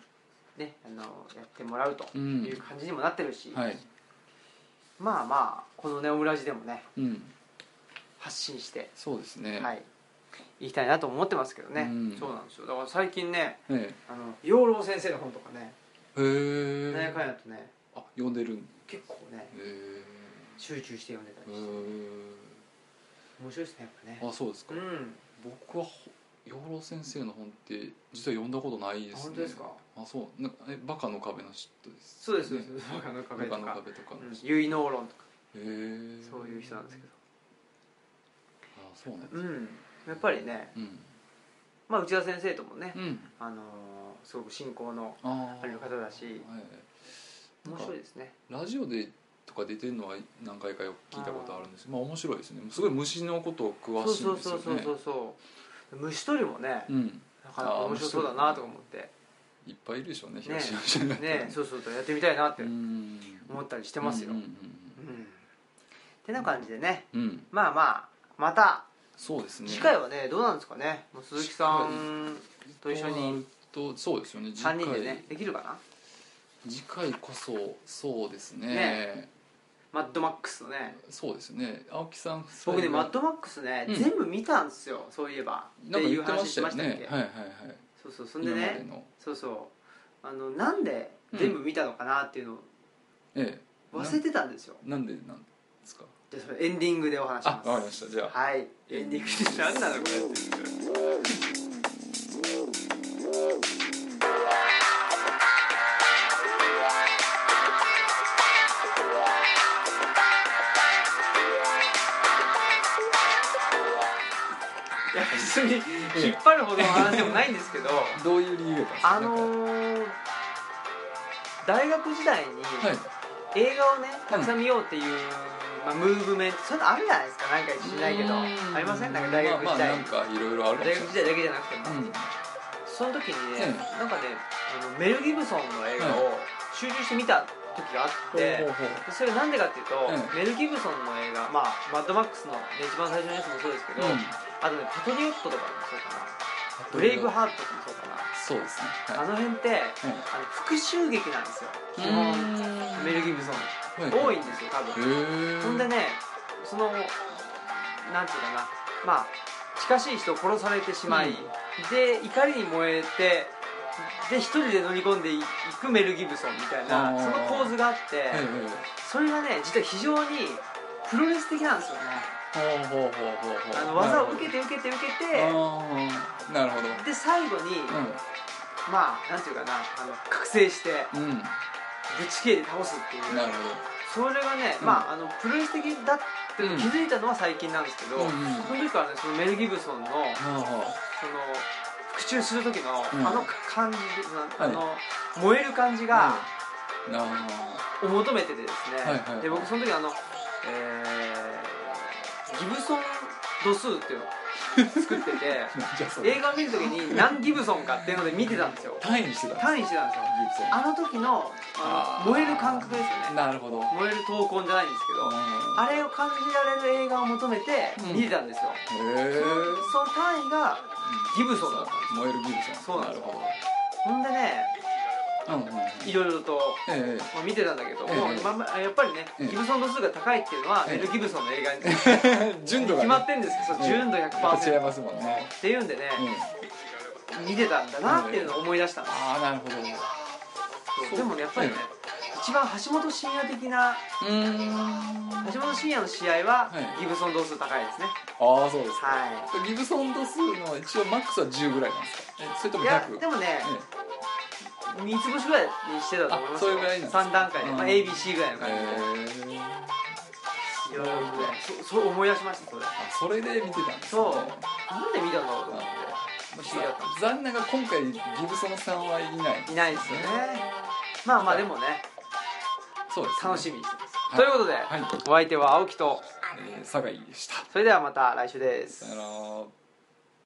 [SPEAKER 1] ね、あのやってもらうと
[SPEAKER 2] うん
[SPEAKER 1] いう感じにもなってるし、
[SPEAKER 2] はい
[SPEAKER 1] まあまあこのネオムラジでもね
[SPEAKER 2] うん
[SPEAKER 1] 発信して、
[SPEAKER 2] そうですね
[SPEAKER 1] はい行きたいなと思ってますけどね、
[SPEAKER 2] うん
[SPEAKER 1] そうなんですよだから最近ね
[SPEAKER 2] え
[SPEAKER 1] あの養老先生の本とかね
[SPEAKER 2] えへ
[SPEAKER 1] 何やかん
[SPEAKER 2] え
[SPEAKER 1] やとね
[SPEAKER 2] あ呼んでるんへ
[SPEAKER 1] 結構ね
[SPEAKER 2] え
[SPEAKER 1] 集中して読んでた
[SPEAKER 2] へ
[SPEAKER 1] りして
[SPEAKER 2] え
[SPEAKER 3] 面白いですねやっぱね
[SPEAKER 2] あそうですか
[SPEAKER 1] うん
[SPEAKER 2] 僕はほ養老先生の本って実は読んだことないですね
[SPEAKER 1] あ本当ですか
[SPEAKER 2] あそうなんかえバカの壁の人です
[SPEAKER 1] そうですそうです
[SPEAKER 2] ね
[SPEAKER 1] 「バカの
[SPEAKER 2] バ
[SPEAKER 1] 壁」
[SPEAKER 2] カ
[SPEAKER 1] と
[SPEAKER 2] の
[SPEAKER 1] か
[SPEAKER 2] 壁とか
[SPEAKER 1] 「う
[SPEAKER 2] の
[SPEAKER 1] ん
[SPEAKER 2] 人へ
[SPEAKER 1] 結納論」とか
[SPEAKER 2] え
[SPEAKER 1] そういう人なんですけど
[SPEAKER 2] あそうなんです
[SPEAKER 1] う
[SPEAKER 2] ね
[SPEAKER 1] んやっぱりね、
[SPEAKER 2] うん
[SPEAKER 1] まあ、内田先生ともね、
[SPEAKER 2] うん
[SPEAKER 1] あのーすごく信仰の
[SPEAKER 2] あ
[SPEAKER 1] ある方だし
[SPEAKER 2] はい
[SPEAKER 1] 面白いですね
[SPEAKER 2] ラジオでとか出てるのは何回かよく聞いたことあるんですけどまあ面白いですねすごい虫のことを詳
[SPEAKER 1] そう
[SPEAKER 2] しい
[SPEAKER 1] そ
[SPEAKER 2] ん
[SPEAKER 1] う
[SPEAKER 2] ですよ
[SPEAKER 1] そ
[SPEAKER 2] ね
[SPEAKER 1] うそうそうそう虫取りもね
[SPEAKER 2] うん
[SPEAKER 1] なかなか面白そうだなと思って
[SPEAKER 2] いっぱいいるでしょうね
[SPEAKER 1] ね
[SPEAKER 2] 東吉野
[SPEAKER 1] ねそうそうそうやってみたいなって
[SPEAKER 2] うん
[SPEAKER 1] 思ったりしてますよ
[SPEAKER 2] うんう
[SPEAKER 1] うん
[SPEAKER 2] ん
[SPEAKER 1] てな感じでね
[SPEAKER 2] うんうん
[SPEAKER 1] まあまあまた
[SPEAKER 2] そうですね
[SPEAKER 1] 次回はねどうなんですかねもう鈴木さんと一緒
[SPEAKER 2] とな
[SPEAKER 1] に
[SPEAKER 2] るとそうですよね次
[SPEAKER 1] 3
[SPEAKER 2] 回
[SPEAKER 1] 人でねできるかな
[SPEAKER 2] 次回こそそうですね
[SPEAKER 1] ねマッドマックスのね
[SPEAKER 2] そうですね青木さん
[SPEAKER 1] 僕ね
[SPEAKER 2] それが
[SPEAKER 1] マッドマックスね
[SPEAKER 2] うん
[SPEAKER 1] 全部見たんですよそういえばって
[SPEAKER 2] なんか
[SPEAKER 1] い
[SPEAKER 2] 言
[SPEAKER 1] う
[SPEAKER 2] ってま
[SPEAKER 1] 話
[SPEAKER 2] し
[SPEAKER 1] したま
[SPEAKER 2] よ
[SPEAKER 1] したっ
[SPEAKER 2] ね
[SPEAKER 1] け
[SPEAKER 2] はいはいはい
[SPEAKER 1] そうそうそんで
[SPEAKER 2] 今まで
[SPEAKER 1] ね
[SPEAKER 2] の
[SPEAKER 1] そうそうあのなんで全部見たのかなっていうのを
[SPEAKER 2] え
[SPEAKER 1] 忘れてたんですよ
[SPEAKER 2] えなんでなんですか
[SPEAKER 1] じゃあそれエンディングでお話し
[SPEAKER 2] あ
[SPEAKER 1] ます
[SPEAKER 2] わかりましたじゃあ
[SPEAKER 1] はいエンディングって何なのこれっていや別に引っ張るほどの話でもないんですけど
[SPEAKER 2] どういう理由やったんですか
[SPEAKER 1] あの
[SPEAKER 2] なんか
[SPEAKER 1] ー大学時代に
[SPEAKER 2] はい
[SPEAKER 1] 映画をねたくさん見ようっていう、まあ、ムーブメントそういうのあるじゃないですかなんかしないけどありませんなんか大学時代、
[SPEAKER 2] まあ、まあなんかいろいろあるかも
[SPEAKER 1] 大
[SPEAKER 2] しれ
[SPEAKER 1] 学時代だけじゃなくても、
[SPEAKER 2] ない
[SPEAKER 1] その時にね、
[SPEAKER 2] うん
[SPEAKER 1] なんかねあのメル・ギブソンの映画を集中して見た時があって、
[SPEAKER 2] うんほうほうほ
[SPEAKER 1] でそれなんでかっていうと、
[SPEAKER 2] うん
[SPEAKER 1] メル・ギブソンの映画まあマッドマックスの、ね、一番最初のやつもそうですけど、
[SPEAKER 2] ううん
[SPEAKER 1] あとねパトリオットとかもそうかなブレイブハートとかもそうかな、
[SPEAKER 2] そうですね
[SPEAKER 1] あ
[SPEAKER 2] は
[SPEAKER 1] の辺って、
[SPEAKER 2] いは
[SPEAKER 1] あ
[SPEAKER 2] い
[SPEAKER 1] の復讐劇なんですよ基本メル・ギブソン
[SPEAKER 2] は
[SPEAKER 1] 多いん
[SPEAKER 2] い
[SPEAKER 1] ですよ多分、
[SPEAKER 2] へえ
[SPEAKER 1] そんでねそのなんていうかなまあ近しい人を殺されてしまい、
[SPEAKER 2] うん
[SPEAKER 1] で怒りに燃えてで一人で乗り込んでいくメル・ギブソンみたい
[SPEAKER 2] あ
[SPEAKER 1] な
[SPEAKER 2] ー
[SPEAKER 1] その構図があって、
[SPEAKER 2] はいはい
[SPEAKER 1] それがね実は非常にプロレス的なんですよね
[SPEAKER 2] ほうほうほうほう
[SPEAKER 1] あ
[SPEAKER 2] ほう
[SPEAKER 1] の技を受けて受けて受けて
[SPEAKER 2] あーなるほど
[SPEAKER 1] で最後に、まあなんていうかなあの覚醒して
[SPEAKER 2] うんうん
[SPEAKER 1] ぶち切れて倒すっていう
[SPEAKER 2] なる
[SPEAKER 1] それがね、
[SPEAKER 2] うん
[SPEAKER 1] まああのプロレス的だってのに気づいたのは最近なんですけど、
[SPEAKER 2] ほどうんうん
[SPEAKER 1] その時からねそのメル・ギブソンの
[SPEAKER 2] はあは
[SPEAKER 1] その復讐する時の
[SPEAKER 2] うん
[SPEAKER 1] あの感じで、あの燃える感じが
[SPEAKER 2] あなあ
[SPEAKER 1] を求めててですね、
[SPEAKER 2] はいはいはい
[SPEAKER 1] で僕その時あの、えーギブソン度数っていうの作って て
[SPEAKER 2] じゃあそ
[SPEAKER 1] 映
[SPEAKER 2] れ
[SPEAKER 1] 画を見るときに何ギブソンかっていうので見てたんですよ
[SPEAKER 2] 単位にしてた
[SPEAKER 1] 単位してたんですよ
[SPEAKER 2] ギブソン
[SPEAKER 1] あの時のあの燃える感覚ですよね
[SPEAKER 2] なるほど
[SPEAKER 1] 燃える闘魂じゃないんですけどあれを感じられる映画を求めて
[SPEAKER 2] うん
[SPEAKER 1] 見てたんですよ、
[SPEAKER 2] へえ
[SPEAKER 1] その単位がギブソンだったんで
[SPEAKER 2] 燃えるギブソン
[SPEAKER 1] すそうなん
[SPEAKER 2] な
[SPEAKER 1] で
[SPEAKER 2] る
[SPEAKER 1] すよ
[SPEAKER 2] ほ
[SPEAKER 1] ほんでね
[SPEAKER 2] どうんうんうん
[SPEAKER 1] いろいろと
[SPEAKER 2] ええ
[SPEAKER 1] まあ見てたんだけど、
[SPEAKER 2] ええ
[SPEAKER 1] もうまあまあやっぱりね、
[SPEAKER 2] ええ
[SPEAKER 1] ギブソン度数が高いっていうのは、
[SPEAKER 2] ええ
[SPEAKER 1] メル・ギブソンの映画に
[SPEAKER 2] 純度が
[SPEAKER 1] 決
[SPEAKER 2] ね
[SPEAKER 1] まってるんですけど、そう
[SPEAKER 2] ええ
[SPEAKER 1] 純度
[SPEAKER 2] やっぱ違い
[SPEAKER 1] 100%
[SPEAKER 2] ますもんね
[SPEAKER 1] っていうんでね、
[SPEAKER 2] うん
[SPEAKER 1] 見てたんだなっていうのを思い出したんです
[SPEAKER 2] ああなるほど
[SPEAKER 1] けどでもねやっぱりね、一番橋本真也的な
[SPEAKER 2] うーんあ
[SPEAKER 1] 橋本真也の試合は、
[SPEAKER 2] はい
[SPEAKER 1] ギブソン度数高いですね
[SPEAKER 2] あそうですか
[SPEAKER 1] は
[SPEAKER 2] ギブソン度数の一応マックスは10ぐらいなんですかえそれと
[SPEAKER 1] い
[SPEAKER 2] も
[SPEAKER 1] いや
[SPEAKER 2] 100?
[SPEAKER 1] でもね、三つ星ぐらいにしてたと思います
[SPEAKER 2] あそういうぐらいなんです
[SPEAKER 1] 3段階で、まあ、
[SPEAKER 2] うん
[SPEAKER 1] ABC ぐらいの
[SPEAKER 2] え
[SPEAKER 1] 感じで、
[SPEAKER 2] え
[SPEAKER 1] いろいろねそそう思い出しましたそれ
[SPEAKER 2] あそれで見てたんですね
[SPEAKER 1] そうなんで見たんだろうと思って不思議だったんで
[SPEAKER 2] 残念ながら今回ギブソンさんはいない
[SPEAKER 1] すいないですよねまあまあでもね
[SPEAKER 2] そうですね
[SPEAKER 1] 楽しみにしてます、
[SPEAKER 2] は
[SPEAKER 1] と
[SPEAKER 2] い
[SPEAKER 1] いうことで、
[SPEAKER 2] はい
[SPEAKER 1] お相手は青木と
[SPEAKER 2] えー、佐賀井でした
[SPEAKER 1] それではまた来週です
[SPEAKER 2] さよなら